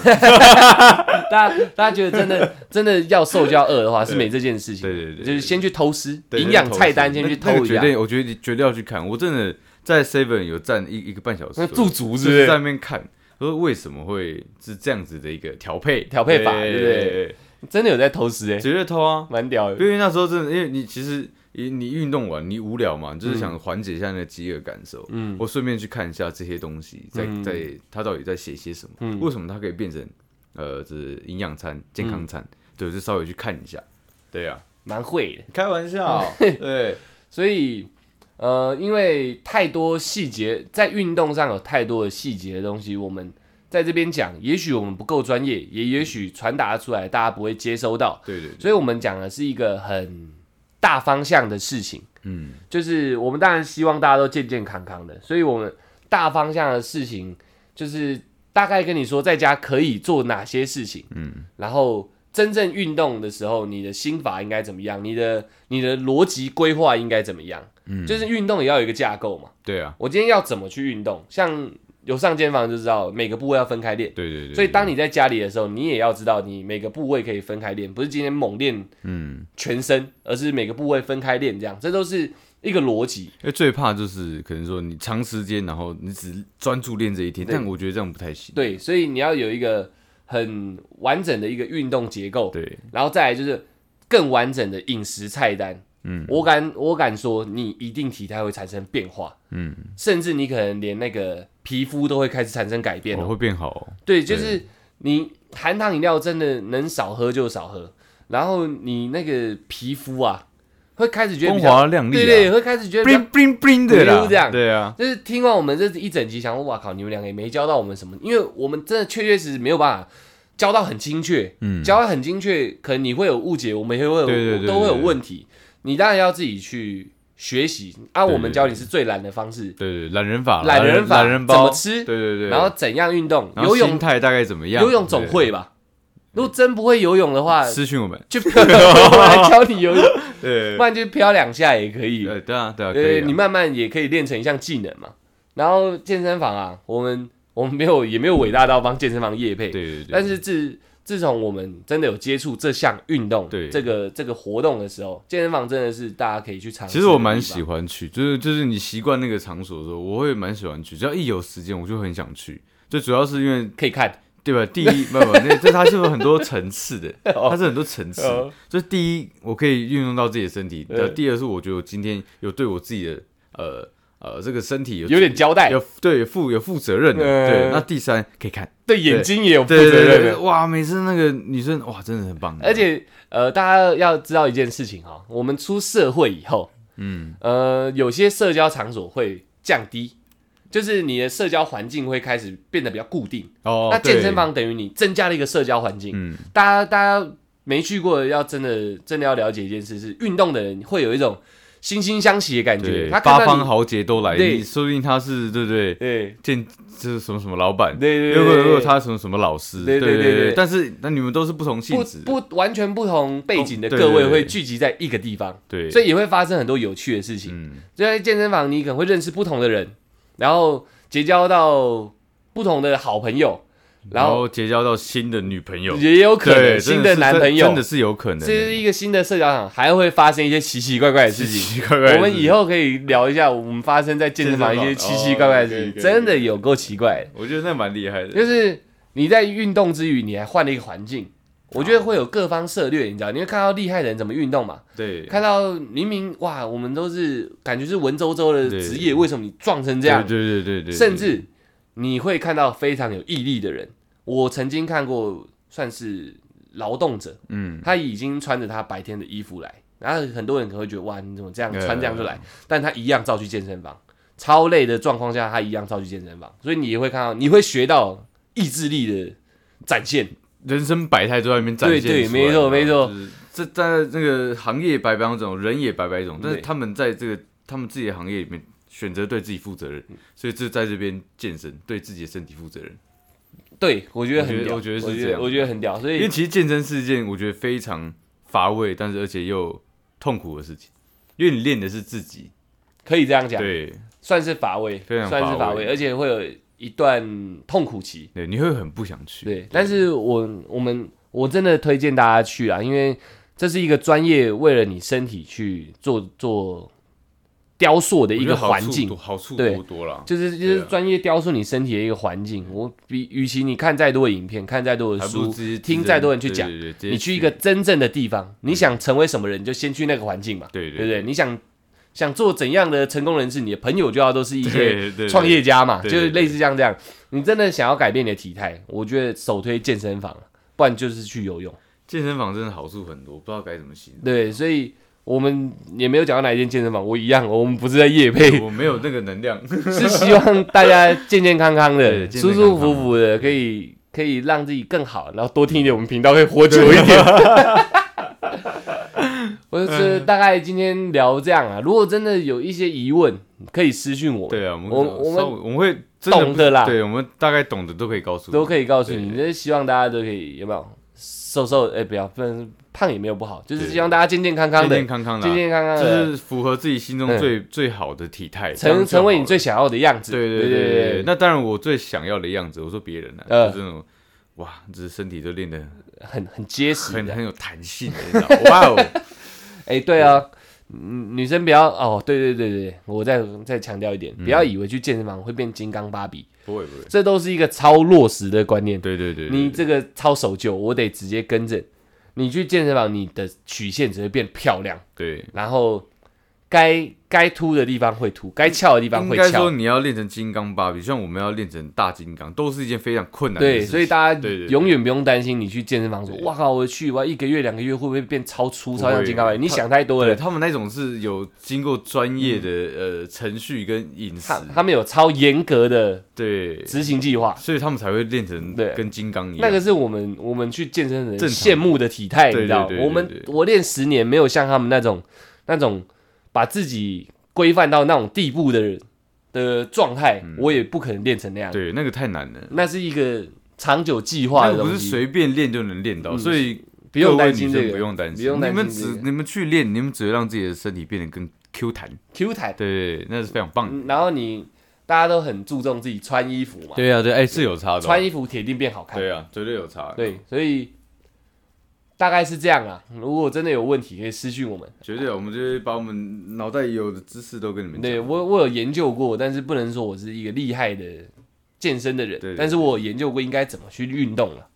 Speaker 1: 大家大家觉得真的 [LAUGHS] 真的要瘦就要饿的话，是没这件事情。
Speaker 2: 对对对
Speaker 1: 就是先去偷师，
Speaker 2: 对
Speaker 1: 营养菜单先去
Speaker 2: 那
Speaker 1: 偷
Speaker 2: 个
Speaker 1: 一
Speaker 2: 绝
Speaker 1: 下。
Speaker 2: 对，我觉得你绝对要去看。我真的在 Seven 有站一一个半小时
Speaker 1: 那
Speaker 2: 左右，
Speaker 1: 驻足是
Speaker 2: 就
Speaker 1: 不是
Speaker 2: 是在那边看，说为什么会是这样子的一个调配
Speaker 1: 调配法对不对
Speaker 2: 对，
Speaker 1: 真的有在偷师哎、
Speaker 2: 绝对偷啊！
Speaker 1: 蛮屌的。
Speaker 2: 因为那时候真的，因为你其实你你运动完你无聊嘛，你就是
Speaker 1: 嗯
Speaker 2: 想缓解一下那个饥饿感受。嗯，我顺便去看一下这些东西，在
Speaker 1: 嗯
Speaker 2: 在他到底在写些什么，为什么它可以变成呃，就是营养餐、健
Speaker 1: 嗯
Speaker 2: 康餐，对，就稍微去看一下。对啊，
Speaker 1: 蛮会的。
Speaker 2: 开玩笑，
Speaker 1: [LAUGHS]
Speaker 2: 对
Speaker 1: 所以呃，因为太多细节在运动上有太多的细节的东西，我们在这边讲，也许我们不够专业，也也许传达出来大家不会接收到，
Speaker 2: 对对，
Speaker 1: 所以我们讲的是一个很大方向的事情。
Speaker 2: 嗯，
Speaker 1: 就是我们当然希望大家都健健康康的，所以我们大方向的事情就是大概跟你说在家可以做哪些事情，嗯，然后真正运动的时候，你的心法应该怎么样，你的你的逻辑规划应该怎么样，嗯，就是运动也要有一个架构嘛。
Speaker 2: 对啊，
Speaker 1: 我今天要怎么去运动？像有上健身房就知道每个部位要分开练，
Speaker 2: 对对对。
Speaker 1: 所以当你在家里的时候，你也要知道你每个部位可以分开练，不是今天猛练
Speaker 2: 嗯，
Speaker 1: 全身，而是每个部位分开练，这样这都是一个逻辑。
Speaker 2: 因为最怕就是可能说你长时间，然后你只专注练这一天，
Speaker 1: 对
Speaker 2: 但我觉得这样不太行。
Speaker 1: 对，所以你要有一个很完整的一个运动结构，
Speaker 2: 对
Speaker 1: 然后再来就是更完整的饮食菜单。嗯，我敢我敢说，你一定体态会产生变化。嗯，甚至你可能连那个皮肤都会开始产生改变
Speaker 2: 我
Speaker 1: 哦。
Speaker 2: 会变好哦。
Speaker 1: 对，就是你含糖饮料真的能少喝就少喝，然后你那个皮肤啊，会开始觉得
Speaker 2: 光
Speaker 1: 比较
Speaker 2: 滑亮丽、啊，
Speaker 1: 对对，会开始觉得比较
Speaker 2: bling bling bling 的啦，
Speaker 1: 比如这样
Speaker 2: 对啊，
Speaker 1: 就是听完我们这一整集，想说哇靠，你们两个也没教到我们什么，因为我们真的确确实实没有办法教到很精确，
Speaker 2: 嗯
Speaker 1: 教到很精确，可能你会有误解，我们也会有
Speaker 2: 对对对
Speaker 1: 都会有
Speaker 2: 对对
Speaker 1: 问题，你当然要自己去学习。啊，
Speaker 2: 对
Speaker 1: 我们教你是最懒的方式，
Speaker 2: 对对，懒人法，
Speaker 1: 懒人法
Speaker 2: 懒人
Speaker 1: 怎
Speaker 2: 包
Speaker 1: 么吃
Speaker 2: 对对对，
Speaker 1: 然后怎样运动，
Speaker 2: 然
Speaker 1: 游
Speaker 2: 后心
Speaker 1: 泳
Speaker 2: 态大概怎么样？
Speaker 1: 游泳总会吧？如果真不会游泳的话
Speaker 2: 对，，私讯我们，
Speaker 1: 就我来教你游
Speaker 2: [LAUGHS]
Speaker 1: 泳，
Speaker 2: 对
Speaker 1: 不然就飘两下也可以。
Speaker 2: 对对啊对啊，可
Speaker 1: 对，
Speaker 2: 以啊
Speaker 1: 呃你慢慢也可以练成一项技能嘛。然后健身房啊，我们我们没有也没有伟大到帮健身房业配，
Speaker 2: 对对对，
Speaker 1: 但是自自从我们真的有接触这项运动，
Speaker 2: 对
Speaker 1: 这个这个活动的时候，健身房真的是大家可以去尝试
Speaker 2: 其
Speaker 1: 的地方。
Speaker 2: 实我蛮喜欢去，就是就是你习惯那个场所的时候，我会蛮喜欢去，只要一有时间我就很想去。最主要是因为
Speaker 1: 可以看，
Speaker 2: 对吧？第一，不不，那这它是有很多层
Speaker 1: [LAUGHS]
Speaker 2: 次的，它是很多层次
Speaker 1: 哦。
Speaker 2: 就是第一，我可以运用到自己的身体；
Speaker 1: 对
Speaker 2: 呃，第二是我觉得我今天有对我自己的呃呃这个身体有
Speaker 1: 有点交代，
Speaker 2: 有对有负有负责任的。
Speaker 1: 嗯
Speaker 2: 对，那第三可以看，
Speaker 1: 对眼睛也有 [LAUGHS] 负责
Speaker 2: 对对对对，
Speaker 1: 任。
Speaker 2: 哇，每次那个女生哇，真的很棒，
Speaker 1: 而且呃，大家要知道一件事情哈，我们出社会以后，
Speaker 2: 嗯，
Speaker 1: 呃，有些社交场所会降低，就是你的社交环境会开始变得比较固定。
Speaker 2: 哦，
Speaker 1: 那健身
Speaker 2: 对，
Speaker 1: 房等于你增加了一个社交环境。
Speaker 2: 嗯，
Speaker 1: 大家大家没去过的，要真的真的要了解一件事是，运动的人会有一种惺惺相惜的感觉。
Speaker 2: 对，
Speaker 1: 他
Speaker 2: 八
Speaker 1: 看到你
Speaker 2: 方，豪杰都来，
Speaker 1: 对
Speaker 2: 你说不定他是对不对？
Speaker 1: 对
Speaker 2: 见就是什么什么老板，
Speaker 1: 对对
Speaker 2: 如果
Speaker 1: 对
Speaker 2: 如果
Speaker 1: 对，
Speaker 2: 他什么什么老师，
Speaker 1: 对对
Speaker 2: 对
Speaker 1: 对对
Speaker 2: 但是那你们都是不同性质的，哦
Speaker 1: 不不完全不同背景的
Speaker 2: 对
Speaker 1: 各
Speaker 2: 对
Speaker 1: 位
Speaker 2: 对
Speaker 1: 会聚集在一个地方，
Speaker 2: 对，
Speaker 1: 所
Speaker 2: 以
Speaker 1: 以也会发生很多有趣的事情。
Speaker 2: 嗯，
Speaker 1: 就在健身房，你可能会认识不同的人，然后结交到不同的好朋友，然
Speaker 2: 然
Speaker 1: 后
Speaker 2: 后结交到新的女朋友，
Speaker 1: 也有可能
Speaker 2: 对，
Speaker 1: 新
Speaker 2: 真的是
Speaker 1: 男
Speaker 2: 真
Speaker 1: 朋友
Speaker 2: 真的。是有可能
Speaker 1: 这
Speaker 2: 的，
Speaker 1: 是一个新的社交场，还会发生一些奇奇怪怪的事情。
Speaker 2: 奇奇怪怪的事情。
Speaker 1: 我们以后可以聊一下我们发生在健身房一些奇奇怪怪的事
Speaker 2: 健
Speaker 1: 情，
Speaker 2: 身房哦可以可以
Speaker 1: 真的有够奇怪的。
Speaker 2: 我觉得那蛮厉害的，
Speaker 1: 就是你在运动之余，你还换了一个环境，我觉得会有各方涉略，你知道，你会看到厉害的人怎么运动嘛，
Speaker 2: 对，啊
Speaker 1: 看到明明哇，我们都是感觉是文绉绉的
Speaker 2: 对
Speaker 1: 职业，为什么你撞成这样？
Speaker 2: 对对对对对，
Speaker 1: 甚至你会看到非常有毅力的人。我曾经看过，算是劳动者，
Speaker 2: 嗯，
Speaker 1: 他已经穿着他白天的衣服来，然后很多人可能会觉得哇，你怎么这样
Speaker 2: 呃
Speaker 1: 穿这样就来？但他一样照去健身房，超累的状况下，他一样照去健身房，所以你也会看到，你会学到意志力的展现。
Speaker 2: 人生百态都在那边展现出来
Speaker 1: 对对没错没错。
Speaker 2: 就是这在那个行业百百种人也百百种，但是
Speaker 1: 对
Speaker 2: 他们在这
Speaker 1: 嗯
Speaker 2: 个他们自己的行业里面选择对自己负责任，所以就在这边健身，对自己的身体负责任。
Speaker 1: 对，我觉得很屌，
Speaker 2: 我觉得
Speaker 1: 我觉
Speaker 2: 我觉得是这
Speaker 1: 得
Speaker 2: 样
Speaker 1: 我觉得很屌，所
Speaker 2: 因为
Speaker 1: 以
Speaker 2: 其实健身是一件我觉得非常乏味，但是而且又痛苦的事情，因为你练的是自己，
Speaker 1: 可以这样讲，
Speaker 2: 对
Speaker 1: 算是乏味，
Speaker 2: 非常
Speaker 1: 算是
Speaker 2: 乏
Speaker 1: 乏
Speaker 2: 味
Speaker 1: 味，而且会有一段痛苦期。
Speaker 2: 对，你会很不想去。
Speaker 1: 对，但是我我们我真的推荐大家去啊，因为这是一个专业为了你身体去做做雕塑的
Speaker 2: 我
Speaker 1: 一
Speaker 2: 觉得
Speaker 1: 个
Speaker 2: 好处
Speaker 1: 环境
Speaker 2: 多，好处
Speaker 1: 对
Speaker 2: 多多啦，
Speaker 1: 就是就是
Speaker 2: 对啊
Speaker 1: 专业雕塑你身体的一个环境。我比与其你看再多的影片，看再多的
Speaker 2: 还不如
Speaker 1: 书
Speaker 2: 直接，
Speaker 1: 听
Speaker 2: 直接
Speaker 1: 再多人去讲，
Speaker 2: 对对对直接
Speaker 1: 你去一个真正的地方，你想成为什么人，你就先去那个环境嘛，
Speaker 2: 对
Speaker 1: 对
Speaker 2: 对
Speaker 1: 不对？你想想做怎样的成功人士，你的朋友就要都是一些
Speaker 2: 对对
Speaker 1: 创业家嘛，
Speaker 2: 对
Speaker 1: 就是
Speaker 2: 对对
Speaker 1: 类似像这样。你真的想要改变你的体态，我觉得首推健身房，不然就是去游泳。
Speaker 2: 健身房真的好处很多，不知道该怎么形容。
Speaker 1: 对，所以我们也没有讲到哪一间健身房，我一样，我们不是在夜配，
Speaker 2: 我没有那个能量， [LAUGHS]
Speaker 1: 是希望大家健健康康
Speaker 2: 对
Speaker 1: 的、
Speaker 2: 健健
Speaker 1: 舒
Speaker 2: 康康
Speaker 1: 舒服服的，可以可以让自己更好，然后多听一点我们频道，可以活久一
Speaker 2: [LAUGHS]
Speaker 1: 点。我就是大概今天聊这样啊，如果真的有一些疑问，可以私讯我们，
Speaker 2: 对啊，我们
Speaker 1: 我
Speaker 2: 我们我们会真
Speaker 1: 懂的啦
Speaker 2: 对，我们大概懂的都可以告诉你，
Speaker 1: 都可以告诉
Speaker 2: 对
Speaker 1: 你，就是希望大家都可以有没有瘦瘦，哎、不要，不能胖也没有不好，就是
Speaker 2: 对
Speaker 1: 希望大家健健康康
Speaker 2: 健
Speaker 1: 的，
Speaker 2: 健
Speaker 1: 健
Speaker 2: 康康的啊，
Speaker 1: 健康康
Speaker 2: 就
Speaker 1: 的，
Speaker 2: 是符合自己心中
Speaker 1: 嗯
Speaker 2: 最最好的体态，这样
Speaker 1: 成
Speaker 2: 就
Speaker 1: 成为
Speaker 2: 好
Speaker 1: 你
Speaker 2: 了
Speaker 1: 最想要的样子。
Speaker 2: 对
Speaker 1: 对
Speaker 2: 对对
Speaker 1: 对
Speaker 2: 那当然，我最想要的样子，我说别人呢、啊，
Speaker 1: 呃
Speaker 2: 就是那种哇，这身体都练得
Speaker 1: 很很结实
Speaker 2: 很
Speaker 1: 的。
Speaker 2: 很有弹性的，你知道 [LAUGHS] 哇哦，
Speaker 1: 哎、对啊，嗯女生不要哦，对对对对，我再再强调一
Speaker 2: 嗯
Speaker 1: 点，不要以为去健身房会变金刚芭比，
Speaker 2: 不会不会，
Speaker 1: 这都是一个超落实的观念。
Speaker 2: 对对对，对
Speaker 1: 你
Speaker 2: 对
Speaker 1: 这个超守旧，我得直接更正。你去健身房，你的曲线只会变漂亮，
Speaker 2: 对
Speaker 1: 然后该该凸的地方会凸，该翘的地方
Speaker 2: 应
Speaker 1: 会
Speaker 2: 该说
Speaker 1: 翘。
Speaker 2: 你要练成金刚芭比，像我们要练成大金刚，都是一件非常困难的事
Speaker 1: 对，
Speaker 2: 情。
Speaker 1: 所以大家
Speaker 2: 对对对
Speaker 1: 永远不用担心你去健身房说
Speaker 2: 对：“
Speaker 1: 哇靠，我去，我要一个月、两个月会不会变超粗、
Speaker 2: 不
Speaker 1: 超像
Speaker 2: 会
Speaker 1: 金刚芭比？”你
Speaker 2: 他
Speaker 1: 想太多
Speaker 2: 对
Speaker 1: 了。
Speaker 2: 他们那种是有经过专业的、呃程序跟饮食
Speaker 1: 嗯他，他们有超严格的
Speaker 2: 对，
Speaker 1: 执行计划，
Speaker 2: 所以他们才会练成
Speaker 1: 对
Speaker 2: 跟金刚一样。
Speaker 1: 那个是我们我们去健身的人
Speaker 2: 正常
Speaker 1: 羡慕的体态，你
Speaker 2: 对
Speaker 1: 知道吗
Speaker 2: 对对？对
Speaker 1: 我们
Speaker 2: 对
Speaker 1: 我练十年没有像他们那种那种把自己规范到那种地步的的状态，我也不可能练成那样。
Speaker 2: 嗯对那个太难了，
Speaker 1: 那是一个长久计划
Speaker 2: 那
Speaker 1: 的
Speaker 2: 个
Speaker 1: 东
Speaker 2: 不是
Speaker 1: 西，
Speaker 2: 随便练就能练到，
Speaker 1: 嗯
Speaker 2: 所以
Speaker 1: 不用
Speaker 2: 各位
Speaker 1: 担心
Speaker 2: 女
Speaker 1: 这
Speaker 2: 生
Speaker 1: 个，
Speaker 2: 不用担
Speaker 1: 不用担
Speaker 2: 你们
Speaker 1: 心这
Speaker 2: 只
Speaker 1: 个
Speaker 2: 你们去练，你们只会让自己的身体变得更 Q 弹。
Speaker 1: Q 弹。
Speaker 2: 对，那是非常棒的。
Speaker 1: 嗯然后你大家都很注重自己穿衣服嘛，
Speaker 2: 对啊，对，哎，是有差的哦。
Speaker 1: 穿衣服铁定变好看。
Speaker 2: 对啊，绝对有差。
Speaker 1: 对，，所以大概是这样啊。如果真的有问题，可以私讯我们。
Speaker 2: 绝对有，我们就会把我们脑袋有的知识都跟你们讲。
Speaker 1: 对我，我有研究过，但是不能说我是一个厉害的健身的人，
Speaker 2: 对对
Speaker 1: 但是我有研究过应该怎么去运动了、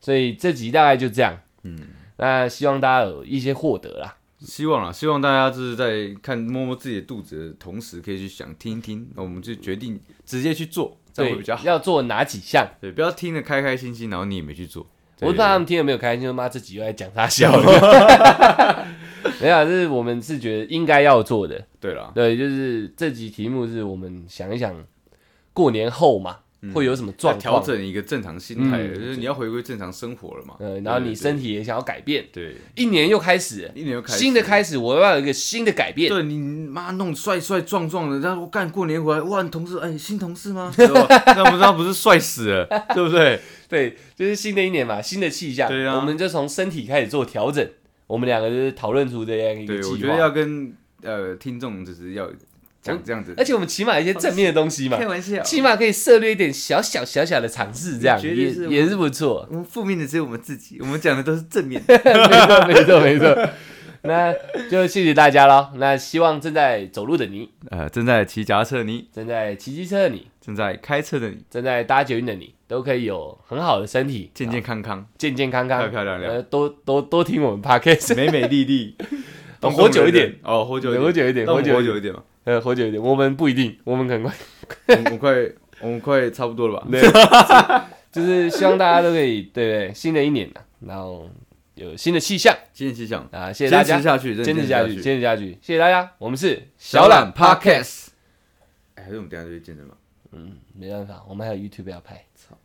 Speaker 1: 所以这集大概就这样。嗯，那希望大家有一些获得啦。
Speaker 2: 希望啦，希望大家就是在看摸摸自己的肚子的同时，可以去想听一听，那我们就决定直接去做，这样
Speaker 1: 对
Speaker 2: 会比较，好。
Speaker 1: 要做哪几项？
Speaker 2: 对，不要听得开开心心，然后你也没去做。
Speaker 1: 我不知
Speaker 2: 对
Speaker 1: 道他们听了没有开心，妈这集又在讲他笑了。 [LAUGHS] 没有啊，这是我们是觉得应该要做的。
Speaker 2: 对啦，
Speaker 1: 对，就是这集题目是我们想一想，过年后嘛、会有什么
Speaker 2: 要
Speaker 1: 状
Speaker 2: 嗯调
Speaker 1: 况？
Speaker 2: 整一个正常心态，
Speaker 1: 嗯
Speaker 2: 就是你要回归正常生活了嘛。
Speaker 1: 呃，然后你
Speaker 2: 对
Speaker 1: 身体也想要改变，
Speaker 2: 对，对
Speaker 1: 一年又开始了，
Speaker 2: 一年又开始
Speaker 1: 新的，开始，我要有一个新的改变。
Speaker 2: 对你妈弄帅帅壮壮的，然后干过年回来，哇，你同事哎，新同事吗？ [LAUGHS] 对吧那不知道不是帅死
Speaker 1: [LAUGHS]
Speaker 2: 了，对不对？
Speaker 1: 对，就是新的一年嘛，新的气象，
Speaker 2: 对啊
Speaker 1: 我们就从身体开始做调整。我们两个就是讨论出这样一个
Speaker 2: 对，我
Speaker 1: 计
Speaker 2: 觉得
Speaker 1: 划，
Speaker 2: 要跟呃听众就是要讲这样子
Speaker 1: 而，且我们起码有一些正面的东西嘛，
Speaker 2: 玩笑
Speaker 1: 起码可以涉猎一点小小小小的尝试，这样
Speaker 2: 绝对
Speaker 1: 也
Speaker 2: 是我
Speaker 1: 也是不错。 [LAUGHS]
Speaker 2: 我们负面的只有我们自己，我们讲的都是正面的。
Speaker 1: 没错，没错，没错。那就谢谢大家喽。那希望正在走路的你，
Speaker 2: 呃，正在骑脚踏车的你，
Speaker 1: 正在骑机车的你，
Speaker 2: 正在开车的你，
Speaker 1: 正在搭捷运的你，都可以有很好的身体，啊
Speaker 2: 健健康康，
Speaker 1: 健健康
Speaker 2: 漂
Speaker 1: 康，
Speaker 2: 漂亮亮，
Speaker 1: 呃，多多多听我们 podcast，
Speaker 2: 美美丽丽，
Speaker 1: 哦
Speaker 2: 动
Speaker 1: [LAUGHS] 活久一
Speaker 2: 动人
Speaker 1: 点
Speaker 2: 人哦，活久一
Speaker 1: 活
Speaker 2: 点，
Speaker 1: 久一点，
Speaker 2: 那我
Speaker 1: 活
Speaker 2: 们
Speaker 1: 久
Speaker 2: 活
Speaker 1: 一点，
Speaker 2: 久一点嘛。
Speaker 1: 呃，活久一点。我们不一定，我们很快。 [LAUGHS]
Speaker 2: 我们我们快，我们快差不多了吧？
Speaker 1: 对，就是希望大家都可以，对对，新的一年呢，然后有新的气象
Speaker 2: 今天气象，
Speaker 1: 啊，谢谢大
Speaker 2: 坚
Speaker 1: 家
Speaker 2: 持，下去，真的
Speaker 1: 坚持下去，坚持下去，谢谢大家，我们是
Speaker 2: 小懒
Speaker 1: 懒
Speaker 2: Podcast。哎，还是我们等一下就去健身吧。
Speaker 1: 嗯没办法，我们还有 YouTube 要拍，
Speaker 2: 操，